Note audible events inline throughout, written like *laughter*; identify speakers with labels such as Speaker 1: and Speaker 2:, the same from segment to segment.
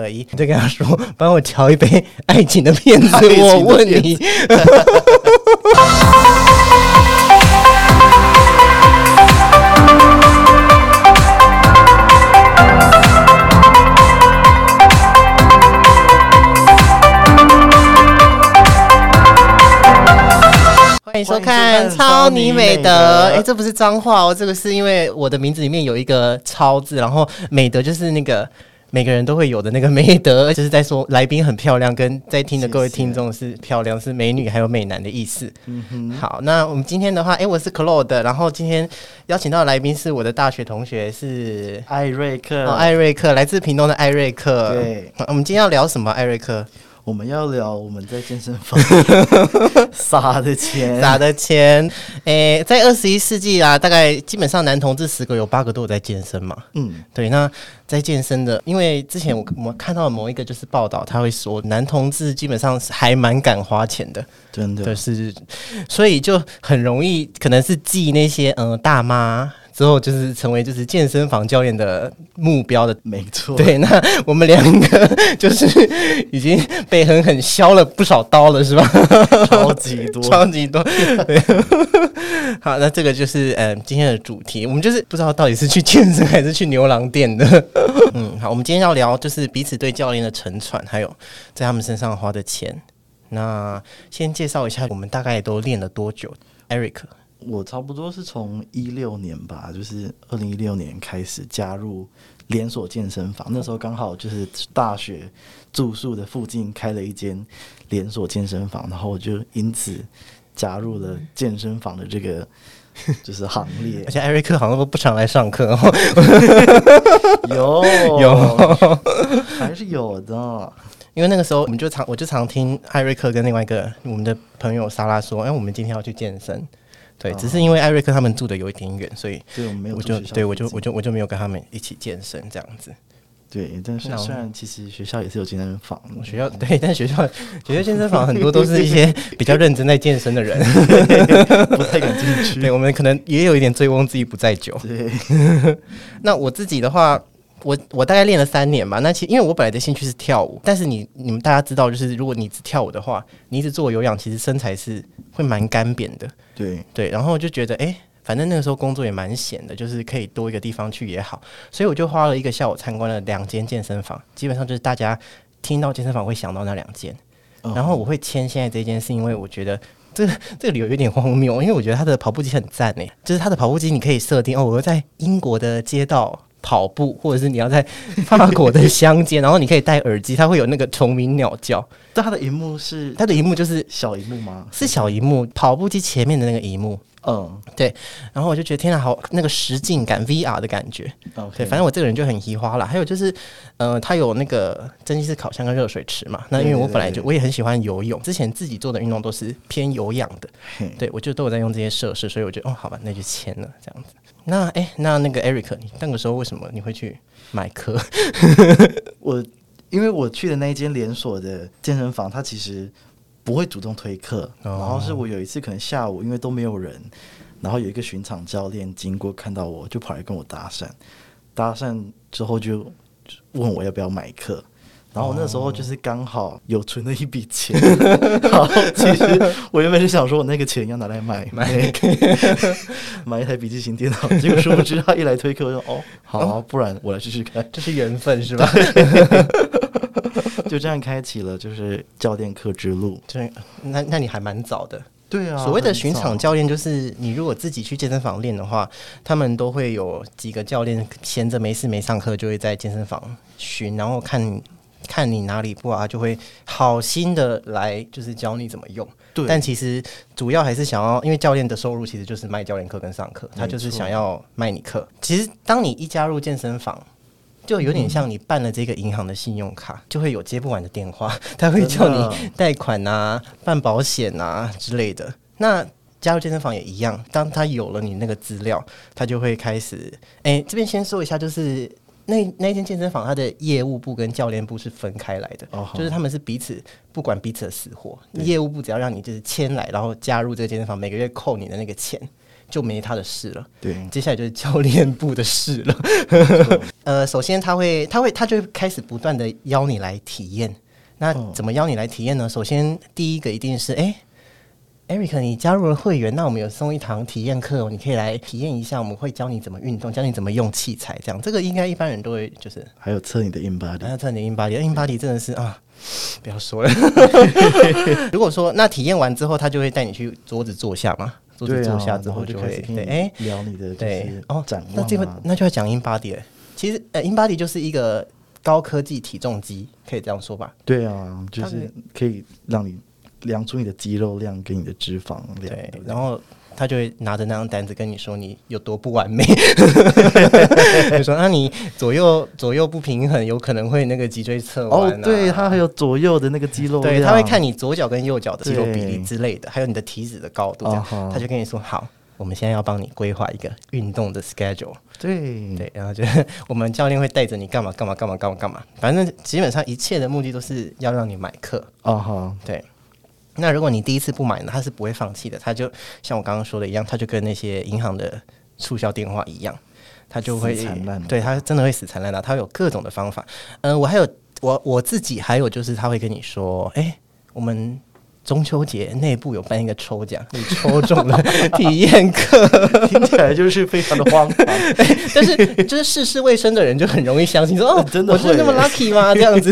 Speaker 1: 而已，你就跟他说：“ *laughs* 帮我调一杯 *laughs* 爱情的骗子。
Speaker 2: 爱情”的
Speaker 1: 我问
Speaker 2: 骗
Speaker 1: 你，欢迎收看《超你美德》哎、这不是脏话哦，这个是因为我的名字里面有一个“超”字，然后“美德”就是那个每个人都会有的那个美德， *laughs* 就是在说来宾很漂亮，跟在听的各位听众是漂亮，是美女还有美男的意思。好，那我们今天的话，哎、我是 Claude，然后今天邀请到的来宾是我的大学同学，是
Speaker 2: 艾瑞克，
Speaker 1: 哦艾瑞克，来自屏东的艾瑞克。嗯
Speaker 2: 对，
Speaker 1: 我们今天要聊什么？艾瑞克，
Speaker 2: 我们要聊我们在健身
Speaker 1: *laughs*
Speaker 2: 房撒的钱，
Speaker 1: 打的钱，诶、在二十一世纪啊，大概基本上男同志十个有八个都有在健身嘛。
Speaker 2: 嗯，
Speaker 1: 对，那在健身的，因为之前我我看到某一个就是报道，他会说男同志基本上是还蛮敢花钱的，
Speaker 2: 真的
Speaker 1: 对，是，所以就很容易可能是记那些嗯、呃大妈之后，就是成为就是健身房教练的目标的
Speaker 2: 没错，
Speaker 1: 对，那我们两个就是已经被狠狠削了不少刀了，是吧？
Speaker 2: 超级多
Speaker 1: 超级多。 *laughs* 对好，那这个就是嗯、呃今天的主题，我们就是不知道到底是去健身还是去牛郎店的。 *laughs* 嗯，好，我们今天要聊就是彼此对教练的沉船，还有在他们身上花的钱。那先介绍一下，我们大概都练了多久？Eric，
Speaker 2: 我差不多是从一六年吧，就是二零一六年开始加入连锁健身房，那时候刚好就是大学住宿的附近开了一间连锁健身房，然后我就因此加入了健身房的这个就是行列
Speaker 1: 而。且 Eric 好像都不常来上课哦。 *laughs*
Speaker 2: *laughs* 有
Speaker 1: 有，
Speaker 2: *laughs* 还是有的，
Speaker 1: 因为那个时候我们就常我就常听艾瑞克跟另外一个我们的朋友莎拉说，哎、我们今天要去健身。对，只是因为艾瑞克他们住的有一点远，所以
Speaker 2: 对我们没有
Speaker 1: 我
Speaker 2: 住
Speaker 1: 就
Speaker 2: 学校
Speaker 1: 对我
Speaker 2: 附
Speaker 1: 就
Speaker 2: 近
Speaker 1: 我就我就没有跟他们一起健身这样子。
Speaker 2: 对，但是
Speaker 1: 那我
Speaker 2: 虽然其实学校也是有健身房，
Speaker 1: 我学校对，但学校学校健身房很多都是一些比较认真在健身的
Speaker 2: *laughs*
Speaker 1: 人，
Speaker 2: *laughs* 不太敢进
Speaker 1: *laughs*
Speaker 2: 去。
Speaker 1: 对我们可能也有一点醉翁之意不在酒。
Speaker 2: 对，
Speaker 1: 那我自己的话，我我大概练了三年吧。那其因为我本来的兴趣是跳舞，但是你你们大家知道，就是如果你只跳舞的话，你一直做有氧，其实身材是会蛮干扁的。
Speaker 2: 对，
Speaker 1: 对，然后就觉得哎、诶反正那个时候工作也蛮闲的，就是可以多一个地方去也好，所以我就花了一个下午参观了两间健身房，基本上就是大家听到健身房会想到那两间。
Speaker 2: 嗯
Speaker 1: 然后我会签现在这间，是因为我觉得。这个这个理由有点荒谬，因为我觉得它的跑步机很赞诶，就是它的跑步机你可以设定哦，我要在英国的街道跑步，或者是你要在法国的乡间，然后你可以戴耳机，它会有那个虫鸣鸟叫，
Speaker 2: 但它的荧幕是
Speaker 1: 它的荧幕就是
Speaker 2: 小荧幕吗？
Speaker 1: 是小荧幕，跑步机前面的那个荧幕，
Speaker 2: 嗯
Speaker 1: 对，然后我就觉得天啊，好那个实境感 VR 的感觉。
Speaker 2: ，OK，
Speaker 1: 对，反正我这个人就很移花啦。还有就是，呃，它有那个蒸汽式烤箱跟热水池嘛。那因为我
Speaker 2: 对对对
Speaker 1: 本来就我也很喜欢游泳，之前自己做的运动都是偏有氧的，
Speaker 2: 嘿
Speaker 1: 对我就都有在用这些设施，所以我觉得哦，好吧，那就签了这样子。那哎、那那个 Eric，你那个时候为什么你会去买 *laughs* 课？
Speaker 2: 我因为我去的那一间连锁的健身房，它其实不会主动推课，然后是我有一次可能下午因为都没有人，然后有一个巡场教练经过看到我就跑来跟我搭讪，搭讪之后就就问我要不要买课。然后我那时候就是刚好有存了一笔钱， *laughs* 然后其实我原本是想说我那个钱要拿来买买 *laughs* 买一台笔记型电脑，结果殊不知他一来推课，我就哦好啊，不然我来试试看。
Speaker 1: 呃这是缘分是吧？
Speaker 2: *laughs* 就这样开启了就是教练课之路。
Speaker 1: *laughs* 对，那那你还蛮早的。
Speaker 2: 对啊
Speaker 1: 所谓的巡场教练，就是你如果自己去健身房练的话，他们都会有几个教练闲着没事没上课，就会在健身房巡，然后看你看你哪里不啊，就会好心的来就是教你怎么用。
Speaker 2: 对
Speaker 1: 但其实主要还是想要，因为教练的收入其实就是卖教练课跟上课，他就是想要卖你课。其实当你一加入健身房，就有点
Speaker 2: 嗯
Speaker 1: 像你办了这个银行的信用卡，就会有接不完的电话，他会叫你贷款啊、办保险啊之类的。那加入健身房也一样，当他有了你那个资料，他就会开始。哎、这边先说一下，就是那那间健身房，它的业务部跟教练部是分开来的，
Speaker 2: 哦好
Speaker 1: 就是他们是彼此不管彼此的死活。业务部只要让你就是签来，然后加入这个健身房，每个月扣你的那个钱。就没他的事了。
Speaker 2: 对，
Speaker 1: 接下来就是教练部的事了。呃，首先他会，他会，他就会开始不断的邀你来体验。那
Speaker 2: 嗯
Speaker 1: 怎么邀你来体验呢？首先第一个一定是，哎、e r i c 你加入了会员，那我们有送一堂体验课哦，你可以来体验一下，我们会教你怎么运动，教你怎么用器材，这样这个应该一般人都会就是啊
Speaker 2: 还有测你的 in
Speaker 1: 还
Speaker 2: body，
Speaker 1: 要测你 in body，in
Speaker 2: 嗯
Speaker 1: body 真的是啊，
Speaker 2: *laughs*
Speaker 1: 不要说了。 *laughs* 如果说那体验完之后，他就会带你去桌子坐下嘛，桌
Speaker 2: 对
Speaker 1: 子
Speaker 2: 啊，
Speaker 1: 坐下
Speaker 2: 然
Speaker 1: 之
Speaker 2: 后
Speaker 1: 就
Speaker 2: 就
Speaker 1: 可
Speaker 2: 开
Speaker 1: 以
Speaker 2: 始跟
Speaker 1: 对，哎、
Speaker 2: 你聊你的就
Speaker 1: 对
Speaker 2: 是
Speaker 1: 哦，
Speaker 2: 展望
Speaker 1: 那这会
Speaker 2: 啊
Speaker 1: 那就要讲 in body 了。其实呃，in body 就是一个高科技体重机，可以这样说吧？
Speaker 2: 对啊，就
Speaker 1: 大概
Speaker 2: 是可以让你量出你的肌肉量跟你的脂肪
Speaker 1: 对
Speaker 2: 量，对不，对
Speaker 1: 然后他就会拿着那张单子跟你说你有多不
Speaker 2: *laughs*
Speaker 1: 完美，就说那你左右左右不平衡，有可能会那个脊椎侧弯、啊。
Speaker 2: 哦，对，它还有左右的那个肌肉量，
Speaker 1: 对，他会看你左脚跟右脚的肌肉比例
Speaker 2: 对
Speaker 1: 之类的，还有你的体脂的高度，这样
Speaker 2: 啊哈
Speaker 1: 他就跟你说好。我们现在要帮你规划一个运动的 schedule，
Speaker 2: 对
Speaker 1: 对，然后就是 *laughs* 我们教练会带着你干嘛干嘛干嘛干嘛干嘛，反正基本上一切的目的都是要让你买课，
Speaker 2: 啊哈，
Speaker 1: 对。那如果你第一次不买呢，他是不会放弃的，他就像我刚刚说的一样，他就跟那些银行的促销电话一样，他就会
Speaker 2: 死缠烂打
Speaker 1: 对他真的会死缠烂打，他有各种的方法。嗯、我还有我我自己还有就是他会跟你说，哎、我们。中秋节内部有办一个抽奖，你抽中
Speaker 2: *laughs*
Speaker 1: 了体验课，
Speaker 2: 听起来就是非常的荒唐。
Speaker 1: 但是就是世事未深的人就很容易相信说哦，
Speaker 2: *laughs* 真的
Speaker 1: 我是
Speaker 2: 会
Speaker 1: 那么
Speaker 2: 耶
Speaker 1: lucky 吗？这样子，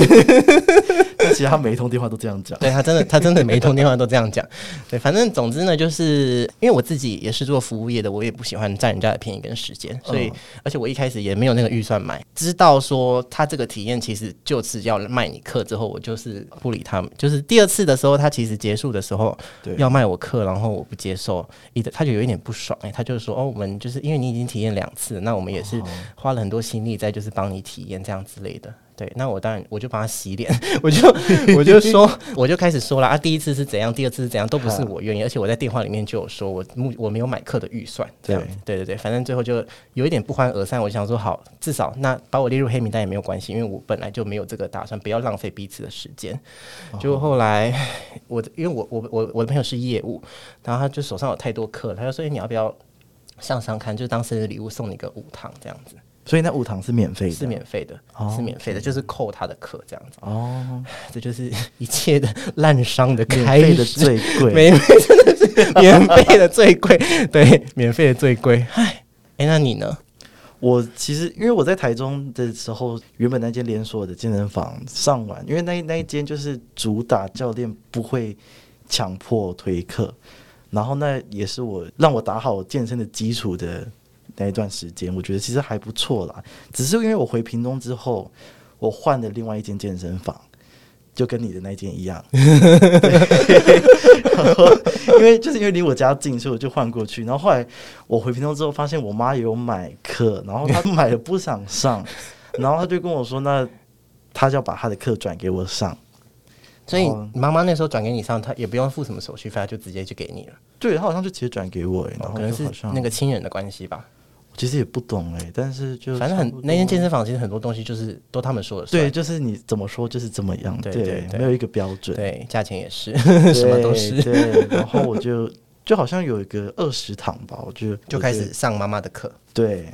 Speaker 2: 但其实他每一通电话都这样
Speaker 1: *laughs*
Speaker 2: 讲，
Speaker 1: 对他真的，他真的每一通电话都这样讲。对，反正总之呢，就是因为我自己也是做服务业的，我也不喜欢占人家的便宜跟时间，所
Speaker 2: 嗯
Speaker 1: 以、而且我一开始也没有那个预算买。知道说他这个体验其实就是要卖你课之后，我就是不理他们。就是第二次的时候，他其实结束的时候
Speaker 2: 对
Speaker 1: 要卖我课，然后我不接受，一他就有一点不爽哎、他就说哦，我们就是因为你已经体验两次，那我们也是
Speaker 2: 哦
Speaker 1: 花了很多心力在就是帮你体验这样之类的。对，那我当然我就帮他洗脸， *laughs* 我就 *laughs* 我就说，我就开始说了啊，第一次是怎样，第二次是怎样，都不是我愿意，而且我在电话里面就有说，我目我没有买课的预算，这样子，对对对，反正最后就有一点不欢而散。我想说，好，至少那把我列入黑名单也没有关系，因为我本来就没有这个打算，不要浪费彼此的时间。就后来我的因为我我我我的朋友是业务，然后他就手上有太多课，他就说、哎你要不要上上看，就当生日礼物送你个五堂这样子，
Speaker 2: 所以那五堂是免费
Speaker 1: 是
Speaker 2: 的
Speaker 1: 免费的，哦是免费的，就是扣他的课这样子。 *laughs*
Speaker 2: 哦，
Speaker 1: 这就是一切的烂商的
Speaker 2: 免
Speaker 1: 开
Speaker 2: 费的
Speaker 1: 始，
Speaker 2: 最贵，
Speaker 1: 免费真的是 *laughs* 免费的最贵，对，免费的最贵。唉，哎，那你呢？
Speaker 2: 我其实因为我在台中的时候，原本那间连锁的健身房上完，因为那那一间就是主打教练不会强迫推课，然后那也是我让我打好健身的基础的那一段时间，我觉得其实还不错啦。只是因为我回屏东之后，我换了另外一间健身房，就跟你的那间一样， *laughs* 对然后因为就是因为离我家近，所以我就换过去。然后后来我回屏东之后，发现我妈也有买课，然后
Speaker 1: *laughs*
Speaker 2: 她买了不想上，然后她就跟我说，那她就要把她的课转给我上。
Speaker 1: 所以
Speaker 2: 哦
Speaker 1: 你妈妈那时候转给你上，她也不用付什么手续费，她就直接就给你了。
Speaker 2: 对，她好像就直接转给我、欸，然
Speaker 1: 哦
Speaker 2: 后
Speaker 1: 可能
Speaker 2: 就是好像
Speaker 1: 那个亲人的关系吧。
Speaker 2: 我其实也不懂哎、欸但是就
Speaker 1: 反正
Speaker 2: 差
Speaker 1: 很
Speaker 2: 不多
Speaker 1: 那间健身房其实很多东西就是都他们说了算。
Speaker 2: 对，就是你怎么说就是怎么样，
Speaker 1: 对
Speaker 2: 对，
Speaker 1: 对对
Speaker 2: 没有一个标准，
Speaker 1: 对，价钱也是，
Speaker 2: 对
Speaker 1: 什么都是。
Speaker 2: 对，然后我就就好像有一个二十堂吧，我就
Speaker 1: 就
Speaker 2: 我
Speaker 1: 开始上妈妈的课，
Speaker 2: 对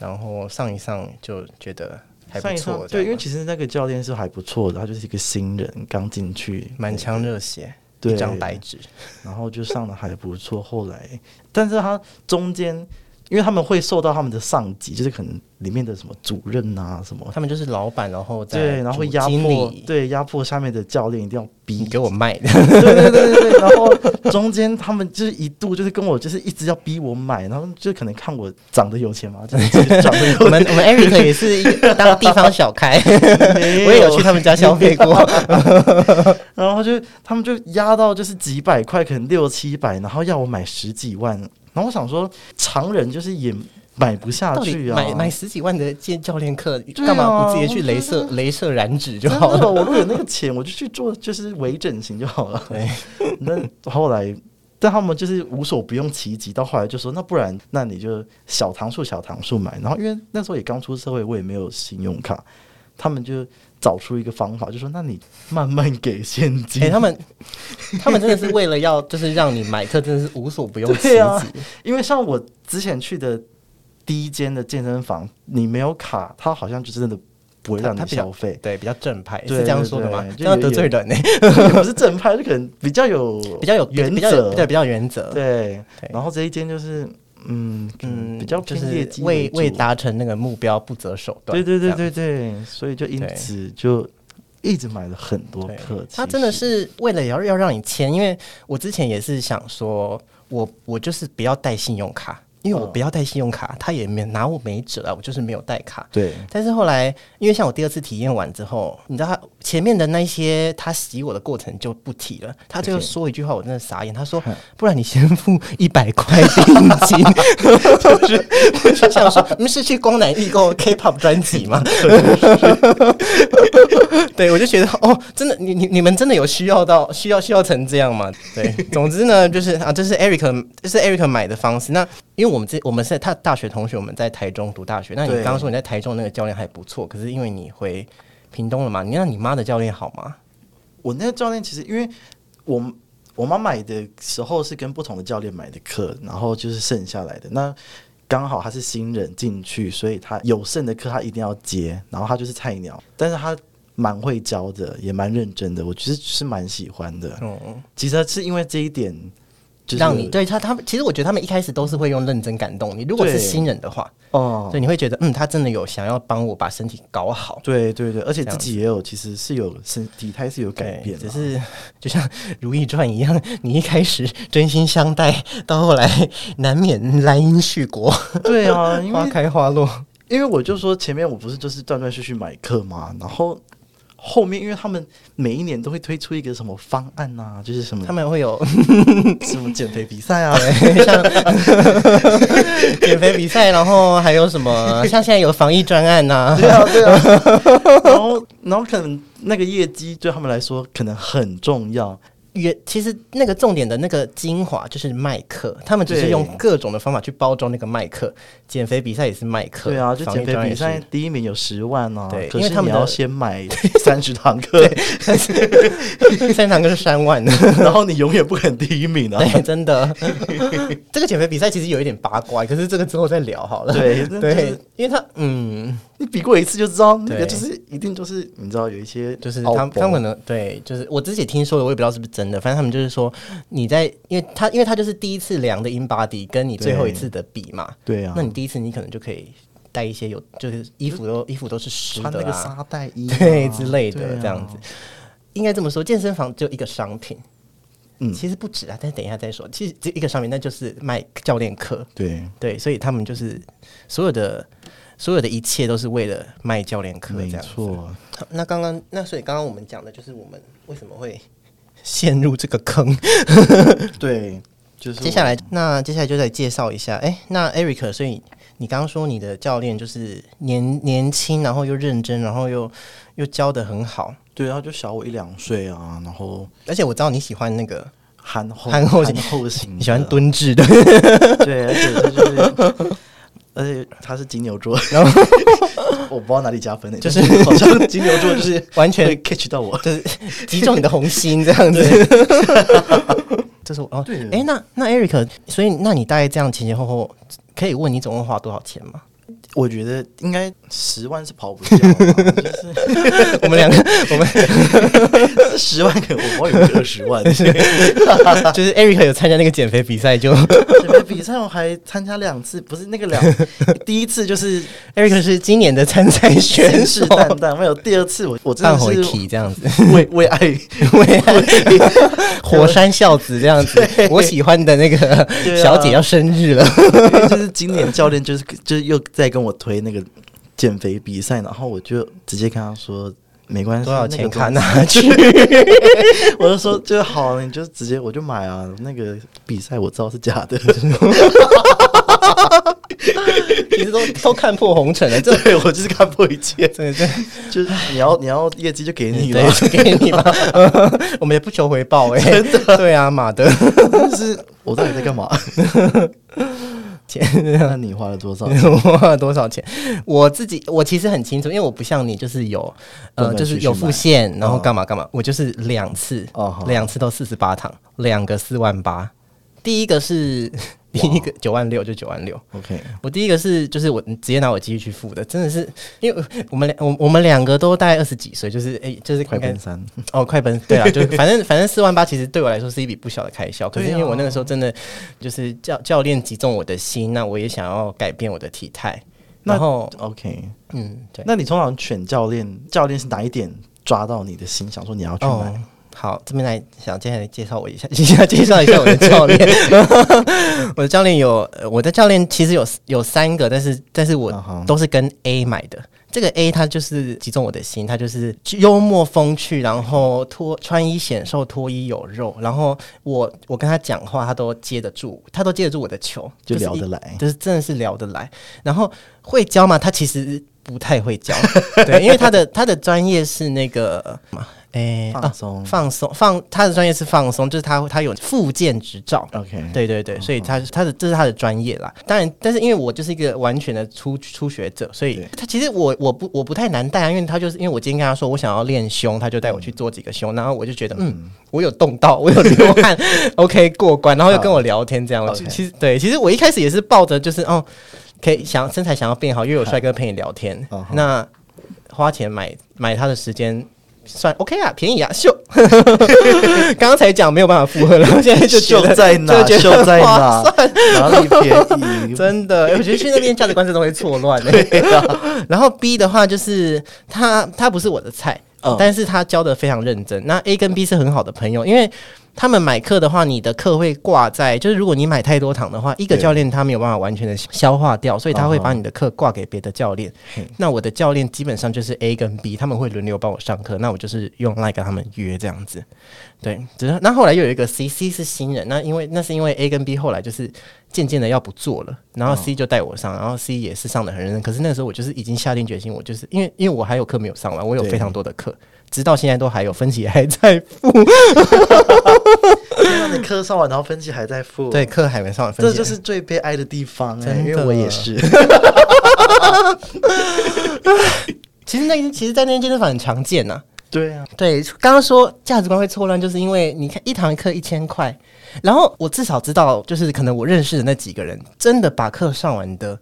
Speaker 1: 然后上一上就觉得还不
Speaker 2: 上一
Speaker 1: 错这
Speaker 2: 上
Speaker 1: 样，
Speaker 2: 对，因为其实那个教练是还不错的，他就是一个新人，刚进去，
Speaker 1: 满腔热血，
Speaker 2: 对
Speaker 1: 一张白纸。
Speaker 2: 然后就上的还不错。后来，但是他中间，因为他们会受到他们的上级，就是可能里面的什么主任啊什么，
Speaker 1: 他们就是老板，然后再
Speaker 2: 对，然后会
Speaker 1: 主
Speaker 2: 压
Speaker 1: 经
Speaker 2: 迫
Speaker 1: 理，
Speaker 2: 对压迫下面的教练一定要逼
Speaker 1: 你给我卖，
Speaker 2: 对对对对对，然后中间他们就是一度就是跟我就是一直要逼我买，然后就可能看我长得有钱嘛，就是直接长得 *laughs*
Speaker 1: 我
Speaker 2: 有
Speaker 1: 们我们 Eric 也是一个当地方小开，
Speaker 2: 钱，
Speaker 1: 我也有去他们家消费过。
Speaker 2: 然后就他们就压到就是几百块，可能六七百，然后要我买十几万，然后我想说常人就是也买不下
Speaker 1: 到底
Speaker 2: 去啊，
Speaker 1: 买买十几万的健教练课，
Speaker 2: 啊
Speaker 1: 干嘛不直接去镭射镭射染指就
Speaker 2: 真
Speaker 1: 好
Speaker 2: 的，
Speaker 1: 了？
Speaker 2: 我如果有那个钱，我就去做就是微整形就好了。
Speaker 1: *laughs* 对，
Speaker 2: *laughs* 那后来。但他们就是无所不用其极，到后来就说那不然，那你就小堂数小堂数买。然后因为那时候也刚出社会，我也没有信用卡，他们就找出一个方法，就说那你慢慢给现金。
Speaker 1: 哎、他们他们真的是为了要就是让你买课，真的是无所不用其
Speaker 2: 对啊
Speaker 1: 极。
Speaker 2: 因为像我之前去的第一间的健身房，你没有卡，他好像就真的不会让
Speaker 1: 他
Speaker 2: 你
Speaker 1: 比较，
Speaker 2: 消费 *laughs*
Speaker 1: 对，比较正派，
Speaker 2: 对
Speaker 1: 是这样说的吗
Speaker 2: 对？对
Speaker 1: 这样得罪人呢、
Speaker 2: 也不是正派，就可能比较有
Speaker 1: *laughs* 比较有
Speaker 2: 原
Speaker 1: 比较有
Speaker 2: 则，
Speaker 1: 对，比较有原则。
Speaker 2: 对
Speaker 1: 对
Speaker 2: 然后这一间就是嗯嗯
Speaker 1: 嗯，
Speaker 2: 比较
Speaker 1: 就
Speaker 2: 偏
Speaker 1: 是
Speaker 2: 业绩
Speaker 1: 为
Speaker 2: 主
Speaker 1: 为达成那个目标不择手段。
Speaker 2: 对对对
Speaker 1: 这样
Speaker 2: 对对，所以就因
Speaker 1: 对
Speaker 2: 此就一直买了很多
Speaker 1: 对
Speaker 2: 课。
Speaker 1: 他
Speaker 2: 其
Speaker 1: 真的
Speaker 2: 实
Speaker 1: 是为了要要让你签，因为我之前也是想说，我我就是不要带信用卡，因为我
Speaker 2: 嗯
Speaker 1: 不要带信用卡，他也没拿我没辙啊，我就是没有带卡。
Speaker 2: 对
Speaker 1: 但是后来，因为像我第二次体验完之后，你知道他前面的那些他洗我的过程就不提了，他最后说一句话，我真的傻眼。他说：“不然你先付一百块定金。” *laughs* 就是 *laughs* 我就想说，你们是去光南预购 K-pop 专辑吗？ *laughs* 对，我就觉得哦，真的，你你你们真的有需要到需要需要成这样吗？
Speaker 2: *laughs*
Speaker 1: 对，总之呢，就是啊，这是 Eric，这是 Eric 买的方式。那因为我们这我们是他大学同学，我们在台中读大学。那你
Speaker 2: 对
Speaker 1: 刚刚说你在台中那个教练还不错，可是因为你回屏东了嘛，你让你妈的教练好吗？
Speaker 2: 我那个教练，其实因为我我妈买的时候是跟不同的教练买的课，然后就是剩下来的那。刚好他是新人进去，所以他有剩的课他一定要接，然后他就是菜鸟，但是他蛮会教的，也蛮认真的，我其实是蛮喜欢的。
Speaker 1: 嗯，
Speaker 2: 其实是因为这一点，就是
Speaker 1: 让你对他他们，其实我觉得他们一开始都是会用认真感动你。如果是
Speaker 2: 对
Speaker 1: 新人的话，
Speaker 2: 哦，
Speaker 1: 所以你会觉得嗯，他真的有想要帮我把身体搞好。
Speaker 2: 对对对，而且
Speaker 1: 这
Speaker 2: 自
Speaker 1: 样
Speaker 2: 己也有，其实是有身体态是有改
Speaker 1: 对
Speaker 2: 变啦，啊
Speaker 1: 只是就像《如懿传》一样，你一开始真心相待，到后来难免兰因絮果，
Speaker 2: 对啊，因为
Speaker 1: 花开花落。
Speaker 2: 因为我就说前面我不是就是断断续续买课嘛，然后后面因为他们每一年都会推出一个什么方案呐、就是什么
Speaker 1: 他们会有
Speaker 2: *laughs* 什么减肥比
Speaker 1: *laughs*
Speaker 2: 赛啊， *laughs*
Speaker 1: 像减肥比赛，然后还有什么，像现在有防疫专案呐、
Speaker 2: 对啊对啊， *laughs* 然后然后可能那个业绩对他们来说可能很重要，
Speaker 1: 原其实那个重点的那个精华就是麦克，他们只是
Speaker 2: 对
Speaker 1: 用各种的方法去包装那个麦克。减肥比赛也是麦克，
Speaker 2: 对啊，就
Speaker 1: 防疫
Speaker 2: 减肥
Speaker 1: 专案
Speaker 2: 比
Speaker 1: 也是
Speaker 2: 赛第一名有十万啊，
Speaker 1: 对
Speaker 2: 可
Speaker 1: 因为
Speaker 2: 是
Speaker 1: 他们
Speaker 2: 你
Speaker 1: 的
Speaker 2: 要
Speaker 1: *laughs*
Speaker 2: 先买三十堂课，
Speaker 1: 三堂课是 *laughs* 三万的。
Speaker 2: *laughs* 然后你永远不肯第一名啊，
Speaker 1: 对，真
Speaker 2: *laughs*
Speaker 1: 的，这个减肥比赛其实有一点八卦，可是这个之后再聊好了。 *laughs*
Speaker 2: 对那就
Speaker 1: 对
Speaker 2: 是，
Speaker 1: 因为他嗯，
Speaker 2: 你比过一次就知道，那
Speaker 1: 对
Speaker 2: 个就是一定就是你知道有一些
Speaker 1: 就是
Speaker 2: 凹
Speaker 1: 他
Speaker 2: 凸
Speaker 1: 他们可能对，就是我自己听说的，我也不知道是不是真的，反正他们就是说你在，因为他因为他就是第一次量的 in body 跟你最后一次的比嘛，
Speaker 2: 对啊
Speaker 1: 那你第一次你可能就可以带一些有就是衣服都衣服都是湿
Speaker 2: 穿那
Speaker 1: 的 *laughs*
Speaker 2: 个
Speaker 1: 啊，
Speaker 2: 沙袋衣、啊、
Speaker 1: 对之类的
Speaker 2: 对啊
Speaker 1: 这样子。应该这么说，健身房只有一个商品，
Speaker 2: 嗯
Speaker 1: 其实不止啊，但是等一下再说。其实只有一个商品，那就是卖教练课。
Speaker 2: 对，
Speaker 1: 对，所以他们就是所有的所有的一切都是为了卖教练课这
Speaker 2: 没
Speaker 1: 样。
Speaker 2: 错。
Speaker 1: 好那刚刚那所以刚刚我们讲的就是我们为什么 *laughs* 会陷入这个坑。
Speaker 2: *laughs* 对，就是
Speaker 1: 接下来那接下来就再介绍一下，哎、那 Eric，所以你刚刚说你的教练就是年年轻，然后又认真，然后又又教的很好，
Speaker 2: 我对，他就小我一两岁啊，然后
Speaker 1: 而且我知道你喜欢那个
Speaker 2: 憨厚
Speaker 1: 憨厚型
Speaker 2: 憨厚型 *laughs* 的，
Speaker 1: 你喜欢蹲制的，
Speaker 2: 对，而且他就是。而且他是金牛座， *laughs* 然后我不知道哪里加分的，
Speaker 1: 就是
Speaker 2: 但好像金 *laughs* 牛座就是
Speaker 1: 完全
Speaker 2: 会 catch 到我。
Speaker 1: 击中你的红心这样子。 *laughs* 这是我哦，
Speaker 2: 对
Speaker 1: 哎、那那 Eric，所以那你大概这样前前后后，可以问你总共花多少钱吗？ *laughs*
Speaker 2: 我觉得应该十万是跑不掉 *laughs* 啊，就是
Speaker 1: 我们两个，我们 *laughs*
Speaker 2: 是十万可我不知道有没有二十万。 *laughs*
Speaker 1: 就是 Eric 有参加那个减肥比赛，就
Speaker 2: 准备比赛我还参加两次，不是那个两，第一次就是
Speaker 1: Eric 是今年的参赛选手 *laughs*
Speaker 2: 信誓，旦旦，没有第二次我我真
Speaker 1: 半
Speaker 2: 的
Speaker 1: 回
Speaker 2: 是
Speaker 1: 题这样子，
Speaker 2: 为为
Speaker 1: *laughs*
Speaker 2: 爱
Speaker 1: 为火山孝子这样 *laughs* 子，我喜欢的那个
Speaker 2: 对啊
Speaker 1: 小姐要生日了，
Speaker 2: 因为 *laughs* 就是今年教练就是就是又在跟我推那个减肥比赛，然后我就直接跟他说没关系，
Speaker 1: 多少钱啊卡
Speaker 2: 看？
Speaker 1: 拿去？
Speaker 2: *laughs* 我就说就好，啊你就直接我就买啊。那个比赛我知道是假
Speaker 1: *laughs*
Speaker 2: 的，
Speaker 1: *laughs* 其实都都看破红尘了，这
Speaker 2: 对我就是看破一切，
Speaker 1: 对对。
Speaker 2: 就是你要你要业绩就给你了
Speaker 1: 对，，
Speaker 2: *laughs*
Speaker 1: 就给你吧，我们也不求回报哎、对啊，马的。
Speaker 2: *laughs* 但是我到底在干嘛？
Speaker 1: 钱，
Speaker 2: 那你花了多少钱？
Speaker 1: *laughs* 我花了多少钱？我自己我其实很清楚，因为我不像你，就是有呃，
Speaker 2: 断断
Speaker 1: 就是
Speaker 2: 续续
Speaker 1: 有付
Speaker 2: 买嗯
Speaker 1: 现，然后干嘛干嘛。我就是两次
Speaker 2: 哦好，
Speaker 1: 两次都四十八堂，两个四万八。第一个是 *laughs* 第一个九万六，就九万六。 *laughs*
Speaker 2: OK，
Speaker 1: 我第一个是就是我直接拿我积蓄去付的，真的是因为我们俩我我们两个都大概二十几岁，就是哎、就是
Speaker 2: 快
Speaker 1: 应该
Speaker 2: 奔三，
Speaker 1: 哦，快奔对啊，
Speaker 2: *laughs*
Speaker 1: 就是反正反正四万八其实对我来说是一笔不小的开销，可是因为
Speaker 2: 啊
Speaker 1: 我那个时候真的就是教教练击中我的心，那我也想要改变我的体态，
Speaker 2: 那
Speaker 1: 然后
Speaker 2: OK。
Speaker 1: 嗯哦对，
Speaker 2: 那你通常选教练，教练是哪一点抓到你的心，想说你要去
Speaker 1: 哦
Speaker 2: 买？。
Speaker 1: 好，这边来想接下来介绍我一下， *laughs* 先介绍一下我的教练。 *laughs* 我的教练有，呃我的教练其实有有三个，但是但是我
Speaker 2: 啊哈
Speaker 1: 都是跟 A 买的。这个 A 他就是击中我的心，他就是幽默风趣，然后脱穿衣显瘦，脱衣有肉。然后我我跟他讲话，他都接得住，他都接得住我的球，
Speaker 2: 就是聊
Speaker 1: 一
Speaker 2: 得来
Speaker 1: 就是真的是聊得来。然后会教嘛，他其实不太会
Speaker 2: *laughs*
Speaker 1: 教，对，因为他的他的专业是那个嘛，哎、啊
Speaker 2: 放松、
Speaker 1: 放松放他的专业是放松，就是他他有附件执照。
Speaker 2: *laughs* OK，嗯
Speaker 1: 对对对，所以他他的这是他的专业啦。当然，但是因为我就是一个完全的初初学者，所以
Speaker 2: 对
Speaker 1: 他其实我我不我不太难带啊，因为他就是因为我今天跟他说我想要练胸，他就带我去做几个胸，然后我就觉得嗯，我有动到，我有流汗 *laughs* ，OK 过关，然后又跟我聊天这样。我就
Speaker 2: OK
Speaker 1: 其实对，其实我一开始也是抱着就是哦，可以想身材想要变好，又有帅哥陪你聊天
Speaker 2: 嗯，哼
Speaker 1: 那花钱买买他的时间。算 OK 啊，便宜啊，秀。 *laughs* 刚才讲没有办法附和了，现在就觉
Speaker 2: 秀
Speaker 1: 得
Speaker 2: 在哪？
Speaker 1: 就觉得
Speaker 2: 秀在哪
Speaker 1: 划
Speaker 2: *laughs*
Speaker 1: 算？
Speaker 2: 哪里便宜？
Speaker 1: 真
Speaker 2: *laughs*
Speaker 1: 的，我觉得去那边价值观真的会错乱、欸。
Speaker 2: 啊
Speaker 1: *laughs* 然后 B 的话就是他他不是我的菜，
Speaker 2: 嗯
Speaker 1: 但是他教的非常认真。那 A 跟 B 是很好的朋友，因为他们买课的话，你的课会挂在，就是如果你买太多堂的话，一个
Speaker 2: 对嗯
Speaker 1: 教练他没有办法完全的消化掉，所以他会把你的课挂给别的教练。那我的教练基本上就是 A 跟 B，他们会轮流帮我上课，那我就是用 line 跟他们约这样子。对，只是那后来又有一个 C，C 是新人，那因为那是因为 A 跟 B 后来就是渐渐的要不做了，然后
Speaker 2: 嗯
Speaker 1: C 就带我上，然后 C 也是上的很认真，可是那个时候我就是已经下定决心，我就是因为因为我还有课没有上完，我有
Speaker 2: 对嗯
Speaker 1: 非常多的课，直到现在都还有，分歧还在付，
Speaker 2: 让你课上完，然后分期还在
Speaker 1: *laughs*
Speaker 2: 付，
Speaker 1: 对，，课还没上完，分
Speaker 2: 这
Speaker 1: 歧
Speaker 2: 就是最悲哀的地方哎、
Speaker 1: 真的
Speaker 2: 因为我也是，
Speaker 1: *laughs* 其实那个其实，在那间健身房很常见呐、
Speaker 2: 对啊，
Speaker 1: 对，刚刚说价值观会错乱，就是因为你看一堂课一千块，然后我至少知道，就是可能我认识的那几个人，真的把课上完的